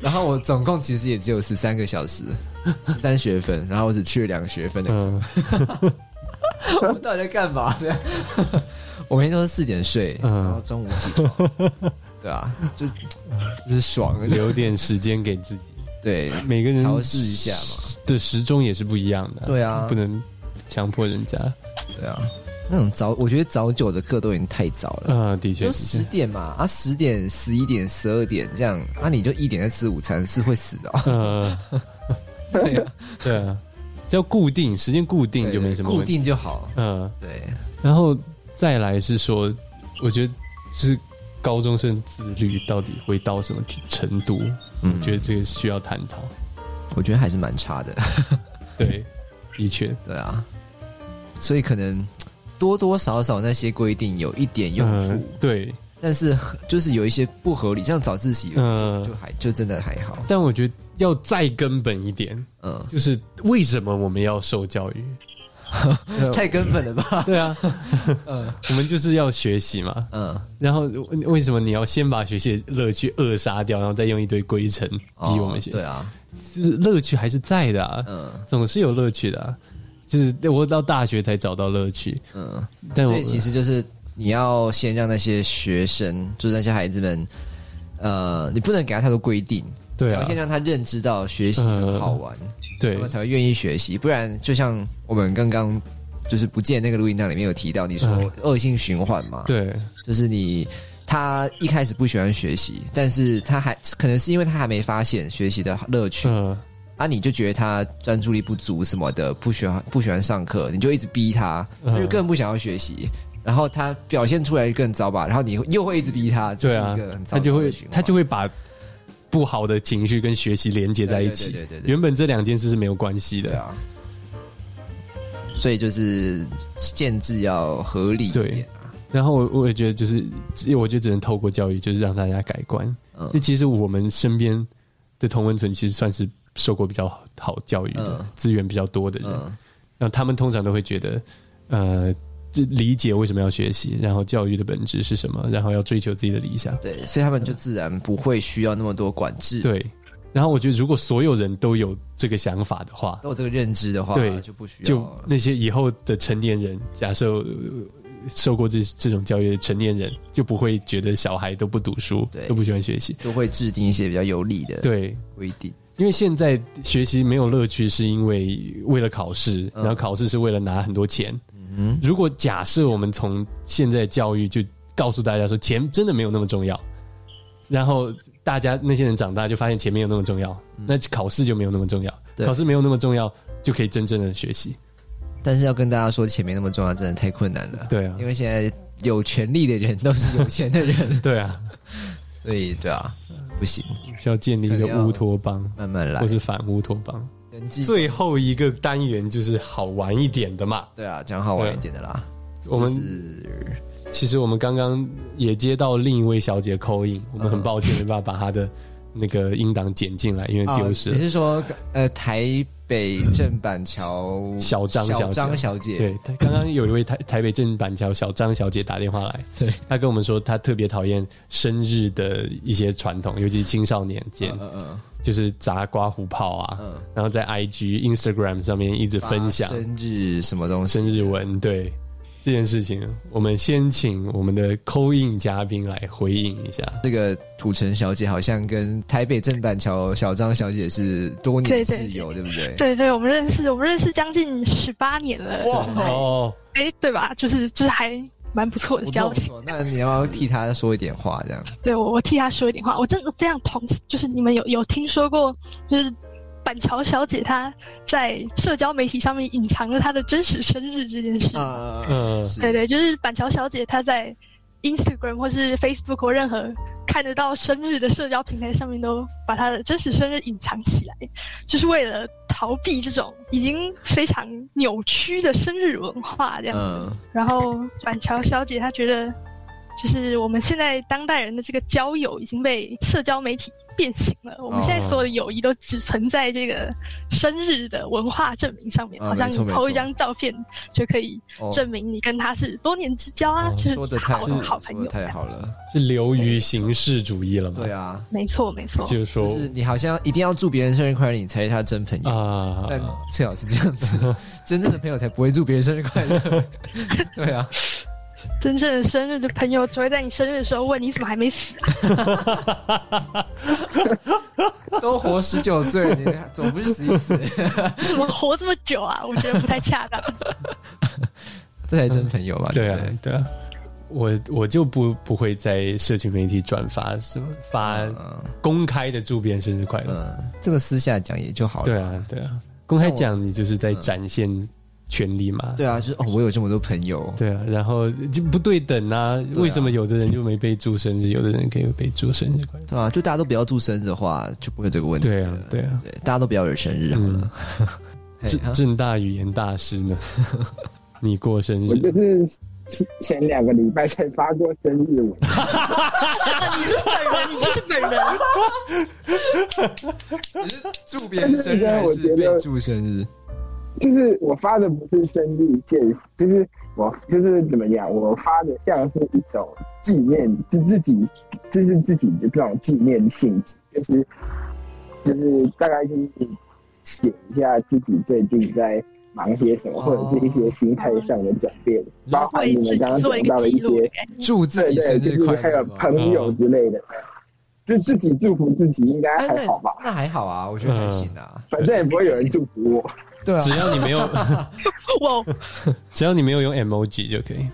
[SPEAKER 3] 然后我总共其实也只有十三个小时，十三学分，然后我只去了两个学分的课。
[SPEAKER 1] 嗯
[SPEAKER 3] 我到底在干嘛呢？ 我每天都是四点睡，
[SPEAKER 1] 嗯
[SPEAKER 3] 然后中午起 床，对啊，就就是爽，
[SPEAKER 1] 留点时间给自己，
[SPEAKER 3] 对
[SPEAKER 1] 每个人
[SPEAKER 3] 调试一下嘛
[SPEAKER 1] 的时钟也是不一样的，
[SPEAKER 3] 对啊
[SPEAKER 1] 不能强迫人家，
[SPEAKER 3] 对啊，那种早，我觉得早九的课都已经太早了。
[SPEAKER 1] 嗯，的确
[SPEAKER 3] 就是十，点嘛，啊，十点、十一点、十二点这样，啊，你就一点在吃午餐是会死的、哦。
[SPEAKER 1] 嗯，
[SPEAKER 3] 对 啊，
[SPEAKER 1] 对啊，只要固定时间固定就没什么
[SPEAKER 3] 固
[SPEAKER 1] 问题，
[SPEAKER 3] 定就好。
[SPEAKER 1] 嗯，
[SPEAKER 3] 对，
[SPEAKER 1] 然后再来是说，我觉得是高中生自律到底会到什么程度，
[SPEAKER 3] 嗯
[SPEAKER 1] 我觉得这个需要探讨，
[SPEAKER 3] 我觉得还是蛮差的。
[SPEAKER 1] 对，的确，
[SPEAKER 3] 对啊，所以可能多多少少那些规定有一点用处，
[SPEAKER 1] 嗯，对，
[SPEAKER 3] 但是很就是有一些不合理，像早自习，
[SPEAKER 1] 嗯
[SPEAKER 3] 就还就真的还好，
[SPEAKER 1] 但我觉得要再根本一点，
[SPEAKER 3] 嗯，
[SPEAKER 1] 就是为什么我们要受教育？
[SPEAKER 3] 太根本 了 吧，
[SPEAKER 1] 对啊，我们就是要学习嘛。
[SPEAKER 3] 嗯，
[SPEAKER 1] 然后为什么你要先把学习的乐趣扼杀掉，然后再用一堆规程逼
[SPEAKER 3] 哦
[SPEAKER 1] 我们学习？
[SPEAKER 3] 对啊，
[SPEAKER 1] 是乐趣还是在的啊，
[SPEAKER 3] 嗯
[SPEAKER 1] 总是有乐趣的、啊。就是我到大学才找到乐趣，
[SPEAKER 3] 嗯，
[SPEAKER 1] 但
[SPEAKER 3] 所
[SPEAKER 1] 我
[SPEAKER 3] 以其实就是你要先让那些学生，就是那些孩子们。呃，你不能给他太多规定，
[SPEAKER 1] 对
[SPEAKER 3] 你
[SPEAKER 1] 啊嗯
[SPEAKER 3] 要先，让他认知到学习很好玩，
[SPEAKER 1] 对
[SPEAKER 3] 他们才会愿意学习。不然，就像我们刚刚就是不见那个录音档里面有提到，你说
[SPEAKER 1] 嗯
[SPEAKER 3] 恶性循环嘛，
[SPEAKER 1] 对，
[SPEAKER 3] 就是你他一开始不喜欢学习，但是他还可能是因为他还没发现学习的乐趣、
[SPEAKER 1] 嗯
[SPEAKER 3] 啊，你就觉得他专注力不足什么的，不喜欢不喜欢上课，你就一直逼他，
[SPEAKER 1] 嗯
[SPEAKER 3] 他就更不想要学习。然后他表现出来更糟吧，然后你又会一直逼他，就
[SPEAKER 1] 对
[SPEAKER 3] 是一
[SPEAKER 1] 啊
[SPEAKER 3] 个很，糟
[SPEAKER 1] 他就
[SPEAKER 3] 糕的
[SPEAKER 1] 会
[SPEAKER 3] 循环
[SPEAKER 1] 他就会把不好的情绪跟学习连接在一起。
[SPEAKER 3] 对对对对对
[SPEAKER 1] 原本这两件事是没有关系
[SPEAKER 3] 对
[SPEAKER 1] 的，
[SPEAKER 3] 啊。所以就是限制要合理一点啊，
[SPEAKER 1] 然后我我也觉得就是，我就只能透过教育，就是让大家改观。
[SPEAKER 3] 嗯
[SPEAKER 1] 就其实我们身边的同温层其实算是受过比较好好教育的
[SPEAKER 3] 嗯，
[SPEAKER 1] 资源比较多的人，
[SPEAKER 3] 嗯
[SPEAKER 1] 然后他们通常都会觉得，呃，就理解为什么要学习，然后教育的本质是什么，然后要追求自己的理想。
[SPEAKER 3] 对，所以他们就自然不会需要那么多管制。，
[SPEAKER 1] 对，然后我觉得如果所有人都有这个想法的话，
[SPEAKER 3] 都有这个认知的话，
[SPEAKER 1] 对
[SPEAKER 3] 就不需要
[SPEAKER 1] 就
[SPEAKER 3] 了。
[SPEAKER 1] 那些以后的成年人，假设呃受过这这种教育的成年人，就不会觉得小孩都不读书
[SPEAKER 3] 对，
[SPEAKER 1] 都不喜欢学习。
[SPEAKER 3] 就会制定一些比较有利的
[SPEAKER 1] 对，
[SPEAKER 3] 规定。
[SPEAKER 1] 因为现在学习没有乐趣，是因为为了考试，然
[SPEAKER 3] 嗯
[SPEAKER 1] 后考试是为了拿很多钱。
[SPEAKER 3] 嗯，
[SPEAKER 1] 如果假设我们从现在教育就告诉大家说，钱真的没有那么重要，然后大家那些人长大就发现钱没有那么重要，那考试就没有那么重要，
[SPEAKER 3] 嗯对
[SPEAKER 1] 考试没有那么重要，就可以真正的学习。
[SPEAKER 3] 但是要跟大家说，钱没那么重要，真的太困难了。
[SPEAKER 1] 对啊，
[SPEAKER 3] 因为现在有权利的人都是有钱的人
[SPEAKER 1] 对啊，
[SPEAKER 3] 所以对啊，不行，
[SPEAKER 1] 需要建立一
[SPEAKER 3] 可
[SPEAKER 1] 个
[SPEAKER 3] 能要
[SPEAKER 1] 乌托邦
[SPEAKER 3] 慢慢来
[SPEAKER 1] 或。是反乌托邦。
[SPEAKER 3] 人际
[SPEAKER 1] 最后一个单元就是好玩一点的嘛，
[SPEAKER 3] 对啊，讲好玩一点的啦。
[SPEAKER 1] 啊我们
[SPEAKER 3] 就是
[SPEAKER 1] 其实我们刚刚也接到另一位小
[SPEAKER 3] 啊
[SPEAKER 1] 姐扣印，我们很抱歉没办法把她的那个音档剪进来，因为丢失
[SPEAKER 3] 啊你
[SPEAKER 1] 了。
[SPEAKER 3] 是说呃台北镇板桥
[SPEAKER 1] 小张小姐
[SPEAKER 3] 小张小姐？
[SPEAKER 1] 对，她刚刚有一位台台北镇板桥小张小姐打电话来，
[SPEAKER 3] 对，
[SPEAKER 1] 她跟我们说她特别讨厌生日的一些传统，尤其是青少年间
[SPEAKER 3] 嗯，，嗯嗯
[SPEAKER 1] 就是砸刮胡泡啊，
[SPEAKER 3] 嗯
[SPEAKER 1] 然后在 IG、Instagram 上面一直分享
[SPEAKER 3] 发生日什么东西？
[SPEAKER 1] 生日文，对这件事情，我们先请我们的扣印嘉宾来回应一下。
[SPEAKER 3] 这个土城小姐好像跟台北镇板桥小张小姐是多年
[SPEAKER 4] 对对
[SPEAKER 3] 挚友，对不对？
[SPEAKER 4] 对对，我们认识，我们认识将近十八年了。
[SPEAKER 1] 哦，
[SPEAKER 4] 哎，对吧？就是就是还蛮不错的
[SPEAKER 3] 不错
[SPEAKER 4] 交
[SPEAKER 3] 不
[SPEAKER 4] 情。
[SPEAKER 3] 错，那你要替她说一点话，这样。
[SPEAKER 4] 对我，我替他说一点话，我真的非常同情。就是你们有有听说过，就是板桥小姐她在社交媒体上面隐藏了她的真实生日这件事。
[SPEAKER 3] 啊
[SPEAKER 1] 嗯
[SPEAKER 3] 是
[SPEAKER 4] 对对，就是板桥小姐她在 Instagram 或是 Facebook 或任何看得到生日的社交平台上面，都把她的真实生日隐藏起来，就是为了逃避这种已经非常扭曲的生日文化这样子。
[SPEAKER 3] 嗯
[SPEAKER 4] 然后板桥小姐她觉得，就是我们现在当代人的这个交友已经被社交媒体变形了，我们现在所有的友谊都只存在这个生日的文化证明上面，
[SPEAKER 3] 啊
[SPEAKER 4] 好像
[SPEAKER 3] 没
[SPEAKER 4] 你
[SPEAKER 3] 错没
[SPEAKER 4] 抛
[SPEAKER 3] 错
[SPEAKER 4] 一张照片就可以
[SPEAKER 3] 哦
[SPEAKER 4] 证明你跟他是多年之交啊，
[SPEAKER 1] 哦
[SPEAKER 4] 就
[SPEAKER 3] 说
[SPEAKER 4] 是
[SPEAKER 3] 的太
[SPEAKER 4] 好
[SPEAKER 3] 好了，
[SPEAKER 4] 好朋
[SPEAKER 3] 说的
[SPEAKER 4] 友这
[SPEAKER 3] 太
[SPEAKER 4] 样。
[SPEAKER 3] 好了。
[SPEAKER 1] 是流于形式主义了嘛？
[SPEAKER 3] 对，啊，
[SPEAKER 4] 没错，没错。
[SPEAKER 1] 就是说
[SPEAKER 3] 就是你好像一定要祝别人生日快乐，你才是他真朋友。
[SPEAKER 1] 啊，
[SPEAKER 3] 但最好是这样子， 真正的朋友才不会祝别人生日快乐。对啊，
[SPEAKER 4] 真正的生日的朋友只会在你生日的时候问你怎么还没死啊？
[SPEAKER 3] 都活十九岁，你总不是十 一岁，
[SPEAKER 4] 你怎么活这么久啊？我觉得不太恰 当。
[SPEAKER 3] 这才真朋友吧？
[SPEAKER 1] 对
[SPEAKER 3] 不
[SPEAKER 1] 啊，对啊，我我就不不会在社群媒体转发什么发
[SPEAKER 3] 嗯
[SPEAKER 1] 公开的祝别人生日快乐。
[SPEAKER 3] 嗯，这个私下讲也就好了。
[SPEAKER 1] 对啊，对啊，公开讲你就是在展现权利嘛。
[SPEAKER 3] 对啊，就是哦，我有这么多朋友，
[SPEAKER 1] 对啊，然后就不对等啊！为什么有的人就没被祝生日，有的人可以被祝生日快乐？
[SPEAKER 3] 对啊，就大家都不要祝生日的话，就不会有这个问题。
[SPEAKER 1] 对啊，对啊，
[SPEAKER 3] 对，嗯大家都不要惹生日好了。 嘿
[SPEAKER 1] 正
[SPEAKER 3] 啊
[SPEAKER 1] 正大语言大师 呢？你过生日
[SPEAKER 5] 我就是前前两个礼拜才发过生日文，
[SPEAKER 4] 你是本人，你就是本 人。
[SPEAKER 3] 祝别人生日还是被祝生日？
[SPEAKER 5] 就是我发的不是生日见，就是我就是怎么讲，我发的像是一种纪念，就自己就是自己的这种纪念性质，就是就是大概就是写一下自己最近在忙些什么，
[SPEAKER 3] 哦
[SPEAKER 5] 或者是一些心态上的转变，包含
[SPEAKER 4] 为自
[SPEAKER 5] 你们刚
[SPEAKER 4] 己
[SPEAKER 5] 刚
[SPEAKER 4] 做一个
[SPEAKER 5] 讲到的
[SPEAKER 4] 记
[SPEAKER 5] 一
[SPEAKER 4] 录的哎
[SPEAKER 5] 些
[SPEAKER 4] 感觉。
[SPEAKER 3] 祝自
[SPEAKER 5] 对
[SPEAKER 3] 己
[SPEAKER 5] 对，
[SPEAKER 3] 生
[SPEAKER 5] 就
[SPEAKER 3] 日
[SPEAKER 5] 是
[SPEAKER 3] 快
[SPEAKER 5] 还
[SPEAKER 3] 乐
[SPEAKER 5] 有
[SPEAKER 3] 吗。
[SPEAKER 5] 朋友之类的，就自己祝福自己应该
[SPEAKER 3] 哎
[SPEAKER 5] 还好吧，
[SPEAKER 3] 那那还好啊，我觉得还行啊。
[SPEAKER 5] 反正也不会有人祝福我。
[SPEAKER 3] 对啊，
[SPEAKER 1] 只要你没有，
[SPEAKER 4] 哇，
[SPEAKER 1] 只要你没有用 emoji 就可以。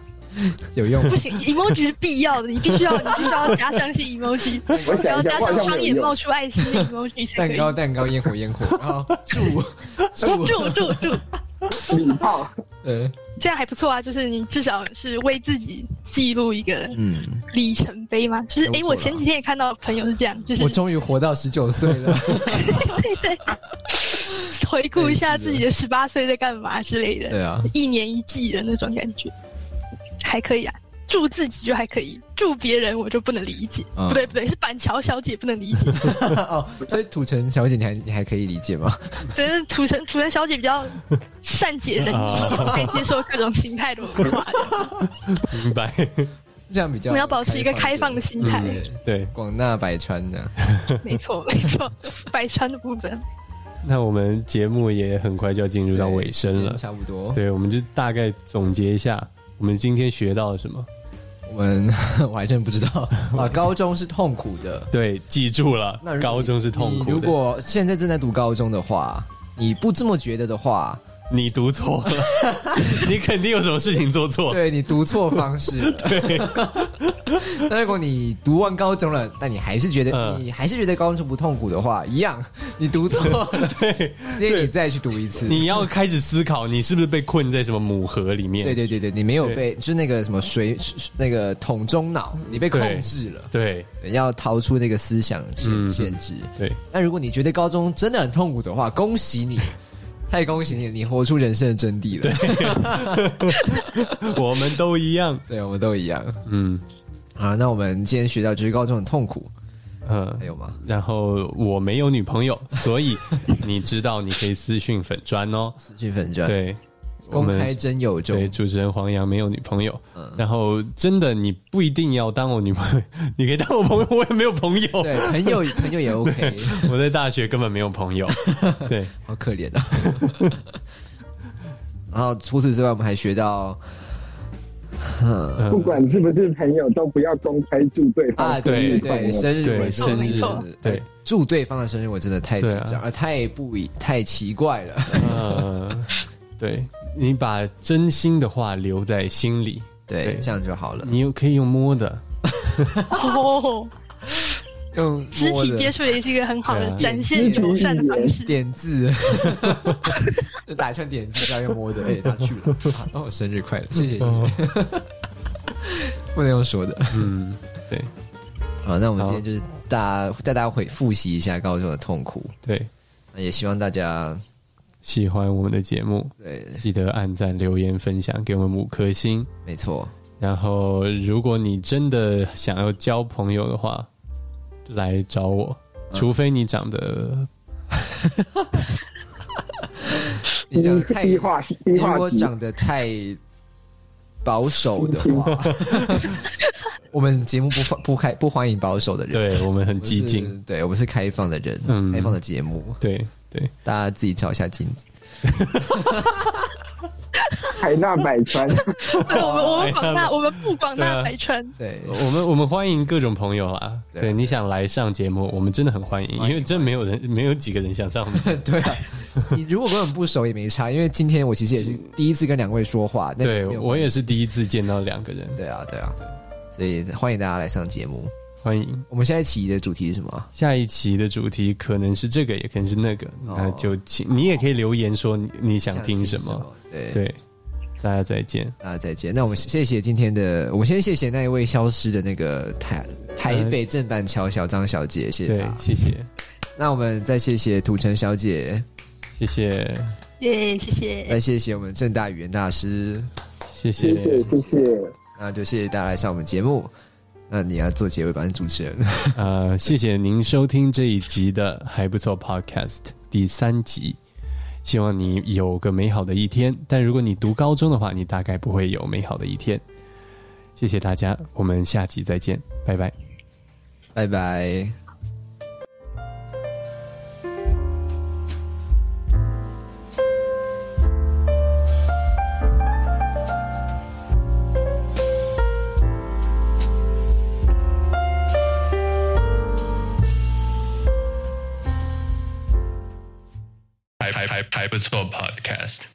[SPEAKER 3] 有 用。
[SPEAKER 4] 不行，emoji 是必要的，你必须要，你必须要加上是 emoji，
[SPEAKER 5] 我
[SPEAKER 4] 然
[SPEAKER 5] 想
[SPEAKER 4] 后
[SPEAKER 5] 一下，
[SPEAKER 4] 加
[SPEAKER 5] 我好
[SPEAKER 4] 上
[SPEAKER 5] 像
[SPEAKER 4] 双
[SPEAKER 5] 没
[SPEAKER 4] 眼
[SPEAKER 5] 有用
[SPEAKER 4] 冒。出爱心的 emoji 才
[SPEAKER 3] 蛋
[SPEAKER 4] 可以。
[SPEAKER 3] 糕， 蛋糕，烟火，烟 火，然后祝祝
[SPEAKER 4] 住住住，
[SPEAKER 5] 礼炮，
[SPEAKER 3] 呃，
[SPEAKER 4] 这样还不错啊！就是你至少是为自己记录一个
[SPEAKER 3] 嗯，
[SPEAKER 4] 里程碑嘛。就是
[SPEAKER 3] 不
[SPEAKER 4] 诶，
[SPEAKER 3] 错
[SPEAKER 4] 我
[SPEAKER 3] 啦
[SPEAKER 4] 前几天也看到朋友是这样，就是
[SPEAKER 3] 我终于活到十九岁了。
[SPEAKER 4] 对对，回顾一下自己的 十八岁在干嘛之类 的，
[SPEAKER 3] 对啊，
[SPEAKER 4] 一年一季的那种感觉，还可以啊。助自己就还可以，助别人我就不能理解。
[SPEAKER 3] 嗯
[SPEAKER 4] 不对不对，是板桥小姐不能理 解，
[SPEAKER 3] 哦，所以土城小姐，你还你还可以理解吗？
[SPEAKER 4] 只是土城土城小姐比较善解人 意，可以接受各种形态的文化。
[SPEAKER 1] 明白。
[SPEAKER 3] 这样比较
[SPEAKER 4] 我们要保持一个开放的心态
[SPEAKER 3] 对
[SPEAKER 1] 对，
[SPEAKER 3] 广纳百川的，
[SPEAKER 4] 没错没错，百川的部 分。
[SPEAKER 1] 那我们节目也很快就要进入到尾声了
[SPEAKER 3] 对时间。差不多。
[SPEAKER 1] 对，我们就大概总结一下，我们今天学到了什么？
[SPEAKER 3] 我们 我还真不 知道啊，高中是痛苦的，
[SPEAKER 1] 对，记住了
[SPEAKER 3] 那，如果
[SPEAKER 1] 高中是痛
[SPEAKER 3] 你
[SPEAKER 1] 苦
[SPEAKER 3] 如
[SPEAKER 1] 的，
[SPEAKER 3] 果现在正在读高中的话，你不这么觉得的话，
[SPEAKER 1] 你读 错了，你肯定有什么事情做错。
[SPEAKER 3] 对你读错方式 了。 那如果你读完高中了，但你还是觉得、
[SPEAKER 1] 嗯
[SPEAKER 3] 你还是觉得高中不痛苦的话，一样， 你读错了，
[SPEAKER 1] 对，
[SPEAKER 3] 建议你再去读一次。
[SPEAKER 1] 你要开始思考，你是不是被困在什么母盒里面？
[SPEAKER 3] 对对对对，你没有
[SPEAKER 1] 对
[SPEAKER 3] 被就是那个什么水那个桶中脑，你被控制了，
[SPEAKER 1] 对
[SPEAKER 3] 要逃出那个思想限
[SPEAKER 1] 嗯
[SPEAKER 3] 限制。
[SPEAKER 1] 对
[SPEAKER 3] 那如果你觉得高中真的很痛苦的话，恭喜 你，太恭喜你，你活出人生的真谛了。对，
[SPEAKER 1] 我们都一 样。
[SPEAKER 3] 我们都一样
[SPEAKER 1] 嗯
[SPEAKER 3] 啊。那我们今天学到就是高中很痛苦，
[SPEAKER 1] 嗯
[SPEAKER 3] 还，有吗？
[SPEAKER 1] 然后我没有女朋友，所以你知道你可以私讯粉砖 哦。
[SPEAKER 3] 私讯粉砖，，
[SPEAKER 1] 对，我
[SPEAKER 3] 公开
[SPEAKER 1] 们
[SPEAKER 3] 真友就
[SPEAKER 1] 对主持人黄洋没有女朋友，
[SPEAKER 3] 嗯
[SPEAKER 1] 然后真的你不一定要当我女朋友， 你可以当我朋友，我也没有朋友。
[SPEAKER 3] 对朋友
[SPEAKER 1] 哦
[SPEAKER 3] 朋友 也 OK，
[SPEAKER 1] 我在大学根本没有朋 友。对，
[SPEAKER 3] 好可怜啊。 然后除此之外，我们还学
[SPEAKER 1] 哦
[SPEAKER 3] 到
[SPEAKER 5] 不
[SPEAKER 1] 嗯，
[SPEAKER 5] 管是不是朋友，都不要公开祝对方
[SPEAKER 3] 啊，
[SPEAKER 1] 对
[SPEAKER 3] 对
[SPEAKER 5] 生日快乐
[SPEAKER 3] 对，生
[SPEAKER 1] 对
[SPEAKER 3] 日我真的
[SPEAKER 4] 生日
[SPEAKER 3] 是
[SPEAKER 1] 对，
[SPEAKER 3] 祝对方的生日我真的太紧
[SPEAKER 1] 对啊
[SPEAKER 3] 张，而太不一太奇怪了。
[SPEAKER 1] 嗯，对你把真心的话留在心里，
[SPEAKER 3] 对，
[SPEAKER 1] 对
[SPEAKER 3] 这样就好了。
[SPEAKER 1] 你又可以用摸的，
[SPEAKER 4] 哦，
[SPEAKER 3] 用
[SPEAKER 4] 肢
[SPEAKER 3] 摸
[SPEAKER 4] 体
[SPEAKER 3] 的
[SPEAKER 4] 接触也是一个很好的
[SPEAKER 1] 对啊
[SPEAKER 4] 展现友善的方式。
[SPEAKER 3] 点字，就打一串点字，这样用摸的。哎、他去了，哦啊哦，生日快乐，谢谢你。不能用说的。
[SPEAKER 1] 嗯，对
[SPEAKER 3] 好，那我们今天就是大家带大家回复习一下高中的痛苦，
[SPEAKER 1] 对，
[SPEAKER 3] 那也希望大家
[SPEAKER 1] 喜欢我们的节目，
[SPEAKER 3] 对，
[SPEAKER 1] 记得按赞、留言、分享，给我们五颗星。
[SPEAKER 3] 没错，
[SPEAKER 1] 然后，如果你真的想要交朋友的话，来找我，
[SPEAKER 3] 啊
[SPEAKER 1] 除非你长得
[SPEAKER 3] 你长得太，
[SPEAKER 5] 低
[SPEAKER 3] 你
[SPEAKER 5] 化低
[SPEAKER 3] 如
[SPEAKER 5] 化
[SPEAKER 3] 果
[SPEAKER 5] 级，
[SPEAKER 3] 长得太保守的话， 我们节目不放不开不欢迎保守的人。
[SPEAKER 1] 对我们很
[SPEAKER 3] 我们
[SPEAKER 1] 激
[SPEAKER 3] 是
[SPEAKER 1] 进，，
[SPEAKER 3] 对我们是开放的人，
[SPEAKER 1] 嗯
[SPEAKER 3] 开放的节目，
[SPEAKER 1] 对对，
[SPEAKER 3] 大家自己照一下镜子。
[SPEAKER 5] 海纳百 川，
[SPEAKER 4] 我们我们广
[SPEAKER 1] 哎呀
[SPEAKER 4] 大，我们不广
[SPEAKER 1] 对
[SPEAKER 4] 大
[SPEAKER 1] 啊
[SPEAKER 4] 百川。
[SPEAKER 3] 对，
[SPEAKER 1] 我们我们欢迎各种朋友啦，
[SPEAKER 3] 对
[SPEAKER 1] 对，
[SPEAKER 3] 对
[SPEAKER 1] 你想来上节目，我们真的很欢迎，
[SPEAKER 3] 欢迎
[SPEAKER 1] 因为真没有人，没有几个人想上我们节
[SPEAKER 3] 对啊，你如果根本不熟也没差，因为今天我其实也是第一次跟两位说话，
[SPEAKER 1] 目，
[SPEAKER 3] 那
[SPEAKER 1] 对
[SPEAKER 3] 没有
[SPEAKER 1] 我也是第一次见到两个人，
[SPEAKER 3] 对啊，对啊，所以欢迎大家来上节目。
[SPEAKER 1] 欢迎。
[SPEAKER 3] 我们下一期的主题是什么？
[SPEAKER 1] 下一期的主题可能是这个，也可能是那个，
[SPEAKER 3] 哦
[SPEAKER 1] 那就请你也可以留言说你你想听什
[SPEAKER 3] 想
[SPEAKER 1] 么，？
[SPEAKER 3] 对，
[SPEAKER 1] 对，大家再见。
[SPEAKER 3] 大家再见。那我们谢谢今天的，我们先谢谢那一位消失的那个台台北正板桥小张小姐，谢谢
[SPEAKER 1] 呃对
[SPEAKER 3] 她，。
[SPEAKER 1] 谢谢，
[SPEAKER 3] 那我们再谢谢土城小姐，
[SPEAKER 1] 谢谢，
[SPEAKER 4] 耶，谢谢，
[SPEAKER 3] 再谢谢我们正大语言大师。
[SPEAKER 1] 谢
[SPEAKER 5] 谢谢
[SPEAKER 1] 谢，
[SPEAKER 5] 谢谢。
[SPEAKER 3] 那就谢谢大家来上我们节目。那你要做结尾吧，你主持人。
[SPEAKER 1] 呃，谢谢您收听这一集的还不错 Podcast 第三集。希望你有个美好的一天，但如果你读高中的话，你大概不会有美好的一天。谢谢大家，我们下集再见，拜拜。
[SPEAKER 3] 拜拜。
[SPEAKER 2] 还还还还不错 Podcast。